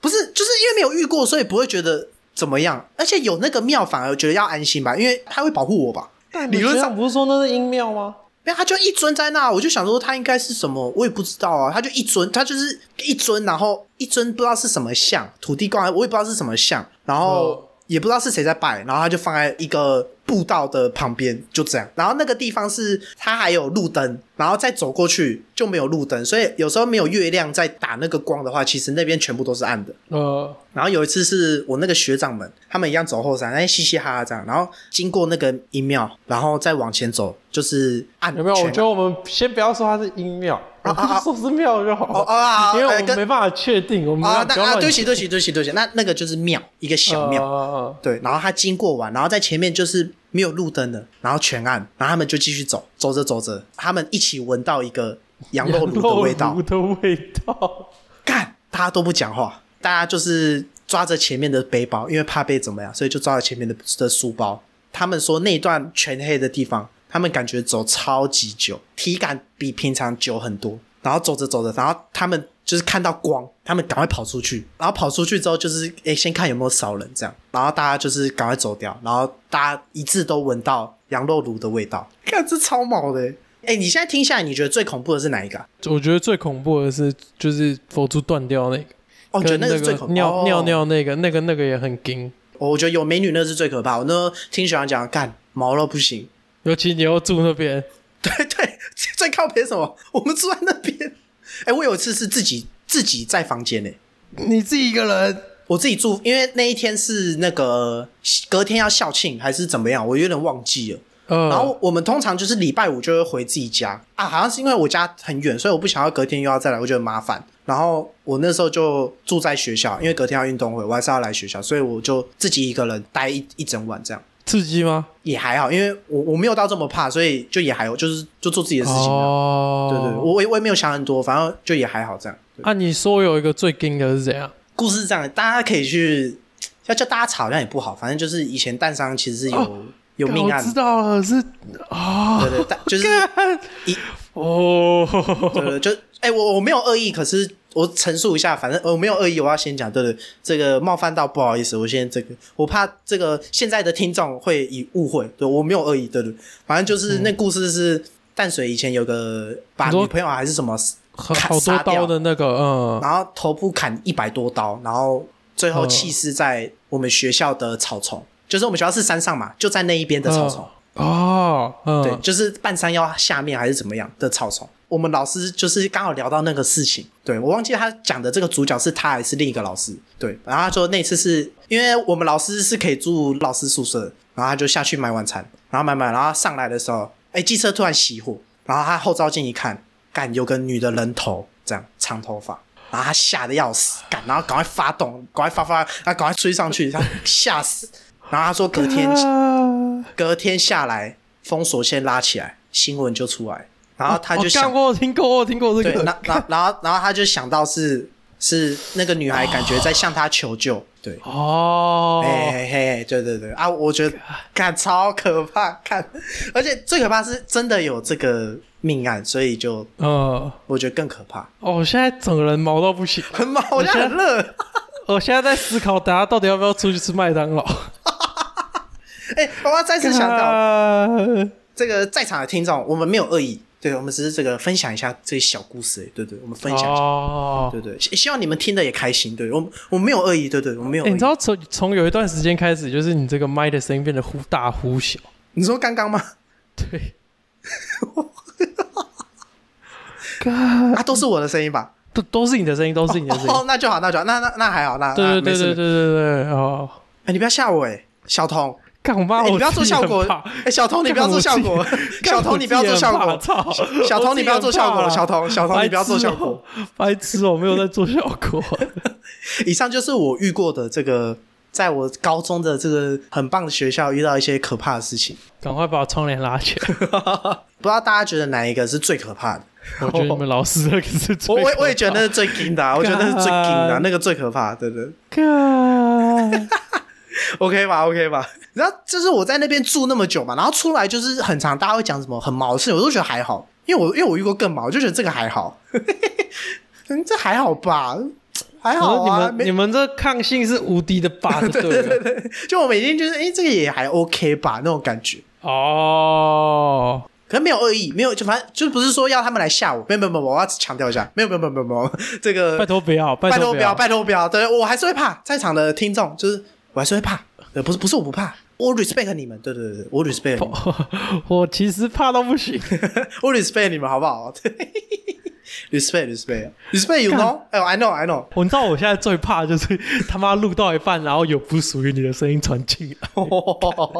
Speaker 2: 不是，就是因为没有遇过，所以不会觉得怎么样。而且有那个庙，反而觉得要安心吧，因为他会保护我吧。理论上，
Speaker 1: 不是说那是阴庙吗？
Speaker 2: 没有，他就一尊在那，我就想说他应该是什么，我也不知道啊。他就一尊，他就是一尊，然后一尊不知道是什么像，土地公还，我也不知道是什么像，然后
Speaker 1: 哦
Speaker 2: 也不知道是谁在拜，然后他就放在一个步道的旁边，就这样。然后那个地方是它还有路灯，然后再走过去就没有路灯，所以有时候没有月亮在打那个光的话，其实那边全部都是暗的。
Speaker 1: 呃，
Speaker 2: 然后有一次是我那个学长们，他们一样走后山，哎，嘻嘻哈哈这样，然后经过那个阴庙，然后再往前走，就是暗。
Speaker 1: 有没有？
Speaker 2: 全
Speaker 1: 我
Speaker 2: 暗
Speaker 1: 觉得我们先不要说它是阴庙，我
Speaker 2: 啊啊
Speaker 1: 们说是庙就
Speaker 2: 哦
Speaker 1: 好，
Speaker 2: 啊啊，啊
Speaker 1: 因为
Speaker 2: 哎
Speaker 1: 我们
Speaker 2: 跟
Speaker 1: 没办法确定，我们
Speaker 2: 啊，
Speaker 1: 不
Speaker 2: 那
Speaker 1: 要
Speaker 2: 啊，
Speaker 1: 乱哦啊
Speaker 2: 对不起，对不起，对不起，对不起，那那个就是庙，一个小庙。
Speaker 1: 庙。
Speaker 2: 对，然后他经过完，然后在前面就是没有路灯的，然后全暗，然后他们就继续走，走着走着，他们一起闻到一个羊肉炉的味道
Speaker 1: 肉，炉的味道，
Speaker 2: 干，大家都不讲话，大家就是抓着前面的背包，因为怕被怎么样，所以就抓着前面的的书包。他们说那一段全黑的地方，他们感觉走超级久，体感比平常久很多。然后走着走着，然后他们就是看到光，他们赶快跑出去，然后跑出去之后就是诶，先看有没有少人这样，然后大家就是赶快走掉，然后大家一致都闻到羊肉炉的味道，看这超毛的欸。哎，你现在听下来，你觉得最恐怖的是哪一个啊、
Speaker 1: 我觉得最恐怖的是就是佛珠断掉那个，
Speaker 2: 哦，你觉得
Speaker 1: 跟
Speaker 2: 那
Speaker 1: 那
Speaker 2: 个是最恐怖？
Speaker 1: 尿
Speaker 2: 哦
Speaker 1: 尿尿那个，那个那个也很惊。
Speaker 2: 我觉得有美女那是最可怕。我那时候听学长讲，干毛到不行。
Speaker 1: 尤其你又住那边，
Speaker 2: 对对，最靠边什么？我们住在那边。 哎、我有一次是自己自己在房间呢、欸
Speaker 1: 你自己一个人，
Speaker 2: 我自己住，因为那一天是那个隔天要校庆还是怎么样，我有点忘记了。
Speaker 1: 呃，
Speaker 2: 然后我们通常就是礼拜五就会回自己家啊，好像是因为我家很远，所以我不想要隔天又要再来，我觉得很麻烦。然后我那时候就住在学校，因为隔天要运动会，我还是要来学校，所以我就自己一个人待一一整晚这样。
Speaker 1: 刺激吗？
Speaker 2: 也还好，因为我我没有到这么怕，所以就也还好，就是就做自己的事情啊、
Speaker 1: 哦，
Speaker 2: 对对，对我我也我也没有想很多，反正就也还好这样。对
Speaker 1: 啊，你说有一个最惊的是怎样？
Speaker 2: 故事是这样，大家可以去，要叫大家吵好像也不好，反正就是以前蛋商其实是有、
Speaker 1: 哦
Speaker 2: 有命
Speaker 1: 我
Speaker 2: 案
Speaker 1: 知，道了，是啊，
Speaker 2: 对对，但就是 一
Speaker 1: 哦，
Speaker 2: 对对，就哎、我我没有恶意，可是我陈述一下，反正我没有恶意，我要先讲，对对，这个冒犯到不好意思，我现在这个我怕这个现在的听众会以误会，对我没有恶意，对对，反正就是那故事是。淡水以前有个把
Speaker 1: 你说
Speaker 2: 女朋友还是什么
Speaker 1: 好
Speaker 2: 砍
Speaker 1: 好多
Speaker 2: 杀掉
Speaker 1: 刀的那个，嗯，
Speaker 2: 然后头部砍一百多刀，然后最后
Speaker 1: 嗯
Speaker 2: 弃尸在我们学校的草丛，就是我们学校是山上嘛，就在那一边的草丛，
Speaker 1: 哦，嗯，
Speaker 2: 对，就是半山腰下面还是怎么样的草丛。我们老师就是刚好聊到那个事情，对我忘记他讲的这个主角是他还是另一个老师，对，然后他说那次是因为我们老师是可以住老师宿舍的，然后他就下去买晚餐，然后买买，然后上来的时候，哎，机车突然熄火，然后他后照镜一看，干有个女的人头，这样长头发。然后他吓得要死，干，然后赶快发动，赶快发发，然后赶快追上去，他吓死。然后他说隔天
Speaker 1: 啊
Speaker 2: 隔天下来，封锁线拉起来，新闻就出来，然后他就
Speaker 1: 哦我
Speaker 2: 想，
Speaker 1: 看过，我有听过，我有听过这
Speaker 2: 对，
Speaker 1: 个，
Speaker 2: 然然然后然后他就想到是是那个女孩感觉在向他求救。对，
Speaker 1: 哦，
Speaker 2: 哎嘿嘿，对对对啊，我觉得看超可怕，看，而且最可怕是真的有这个命案，所以就
Speaker 1: 呃，
Speaker 2: 我觉得更可怕，
Speaker 1: 哦，我现在整个人毛到不行，
Speaker 2: 很毛，我现在很热。
Speaker 1: 我现在在思考，大家到底要不要出去吃麦当劳？
Speaker 2: 哎、我要再次想 到
Speaker 1: 到，
Speaker 2: 这个在场的听众，我们没有恶意，对我们只是这个分享一下这个小故事，哎对对，我们分享一下，
Speaker 1: 哦
Speaker 2: 对，对，希希望你们听的也开心，对我们我们没有恶意，对对，我们没有恶
Speaker 1: 哎
Speaker 2: 意。
Speaker 1: 你知道从从有一段时间开始，就是你这个麦的声音变得忽大忽小，
Speaker 2: 你说刚刚吗？
Speaker 1: 对，干
Speaker 2: 啊，都是我的声音吧？
Speaker 1: 都都是你的声音，都是你的声音
Speaker 2: 哦，， 那就好，那就好，那那那还好，那
Speaker 1: 对对
Speaker 2: 那没
Speaker 1: 对
Speaker 2: 事
Speaker 1: 对对对对，哦，
Speaker 2: 哎，你不要吓我哎，小童，
Speaker 1: 干我妈，
Speaker 2: 哎
Speaker 1: 啊我
Speaker 2: 你不要做
Speaker 1: 自己
Speaker 2: 效
Speaker 1: 很
Speaker 2: 果
Speaker 1: 怕，
Speaker 2: 哎，小童你不要做效果，
Speaker 1: 干
Speaker 2: 小童你不要做效
Speaker 1: 我
Speaker 2: 果，
Speaker 1: 自己很怕操！
Speaker 2: 小
Speaker 1: 我
Speaker 2: 童
Speaker 1: 自己
Speaker 2: 你不要
Speaker 1: 很怕哦
Speaker 2: 做效果
Speaker 1: 啦
Speaker 2: 小童小童你不要做效果，
Speaker 1: 白痴哦白痴哦，没有在做效果。
Speaker 2: 以上就是我遇过的这个，在我高中的这个很棒的学校遇到一些可怕的事情，
Speaker 1: 赶快把窗帘拉起 来！
Speaker 2: 不知道大家觉得哪一个是最可怕的？
Speaker 1: 我觉得你们老师那个是最
Speaker 2: 我我也
Speaker 1: 可怕
Speaker 2: 我也觉得那是最惊的啊，我觉得那是最惊 的啊，
Speaker 1: 干
Speaker 2: 那个最可怕，对对。
Speaker 1: 干
Speaker 2: OK 吧，OK 吧。然后就是我在那边住那么久嘛，然后出来就是很常大家会讲什么很毛的事情，我都觉得还好，因为我因为我遇过更毛，我就觉得这个还好， 嗯，这还好吧，还好
Speaker 1: 我说
Speaker 2: 啊，
Speaker 1: 你们
Speaker 2: 没
Speaker 1: 你们这抗性是无敌的吧？就 对了
Speaker 2: 就我每天就是哎、诶这个也还 OK 吧那种感觉。
Speaker 1: 哦，
Speaker 2: 可能没有恶意，没有就反正就不是说要他们来吓我，没有没有没有，我要强调一下，没有没有没有没有没 有，这个
Speaker 1: 拜托不要，拜
Speaker 2: 拜托
Speaker 1: 不
Speaker 2: 不要，拜托不要，对我还是会怕，在场的听众就是我还是会怕，呃，不是不是我不怕，我 respect 你们，对对对，对我 respect 你们。
Speaker 1: 我我其实怕到不行，
Speaker 2: 我，Oh, respect 你们好不好？ 对 respect respect respect you know？哎、i know I know，
Speaker 1: 我你知道我现在最怕就是他妈录到一半，然后有不属于你的声音传进来，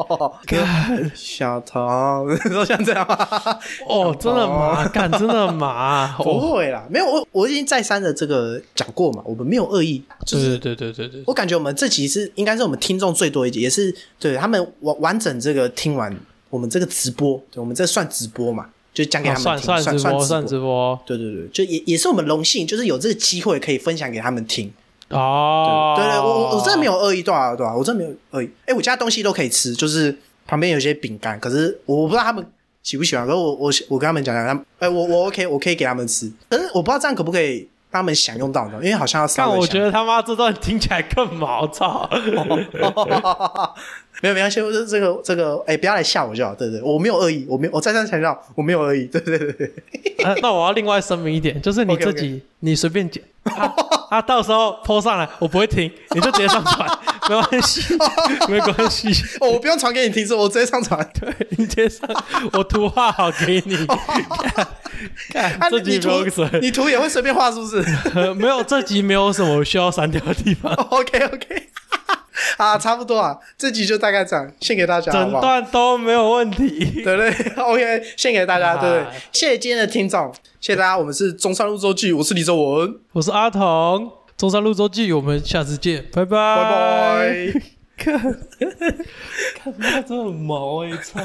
Speaker 2: 小唐， 都像这样吗？
Speaker 1: 哦，真的麻，干真的 麻，哦，
Speaker 2: 不会啦，没有我我已经再三的这个讲过嘛，我们没有恶意，就
Speaker 1: 对
Speaker 2: 是
Speaker 1: 对对对对对，
Speaker 2: 我感觉我们这集是应该是我们听众最多一集，也是对他们完完整这个听完我们这个直播，对我们这算直播嘛，就讲给
Speaker 1: 啊
Speaker 2: 他们听，
Speaker 1: 算算直播算
Speaker 2: 算
Speaker 1: 直播
Speaker 2: 对对对，就也也是我们荣幸，就是有这个机会可以分享给他们听。
Speaker 1: 哦，
Speaker 2: 对对，我我我真的没
Speaker 1: 有，
Speaker 2: 有恶意，对啊对啊，我真的没有恶意。哎，我家东西都可以吃，就是旁边有些饼干，可是我我不知道他们喜不喜欢。可是我我我跟他们讲讲，他们哎，我我 OK，我可以给他们吃，可是我不知道这样可不可以让他们享用到呢？因为好像要稍
Speaker 1: 但
Speaker 2: 微
Speaker 1: 我
Speaker 2: 享
Speaker 1: 觉得他妈这段听起来更毛 躁，
Speaker 2: 没有没关系，我这这个这个，哎，不要来吓我就好，对对，我没有恶意，我没有，我再三强调，我没有恶意，对对对对，
Speaker 1: 呃那我要另外声明一点，就是你
Speaker 2: OK，OK
Speaker 1: 自己你随便剪，啊啊，到时候 Po 上来，我不会听，你就直接上 传，没关系，没关系，
Speaker 2: 哦，我不用传给你听，是我直接 上传。
Speaker 1: 对你直接上，我图画好给 你，看
Speaker 2: 啊，
Speaker 1: 这
Speaker 2: 你
Speaker 1: 集
Speaker 2: 图
Speaker 1: 不用删
Speaker 2: 你图也会随便画，是不是？
Speaker 1: 呃 没有这集没有什么需要删掉的地 方，
Speaker 2: OK OK，啊，差不多啊，这集就大概这样，献给大家好
Speaker 1: 整
Speaker 2: 不好？
Speaker 1: 段都没有问题。
Speaker 2: 对对 ，OK，献给大家，
Speaker 1: 哎
Speaker 2: 对对，谢谢今天的听众，谢谢大家，我们是中山路周记，我是李周文，
Speaker 1: 我是阿童，中山路周记，我们下次见，拜拜
Speaker 2: 拜拜。
Speaker 1: 看，看他这很毛哎、操！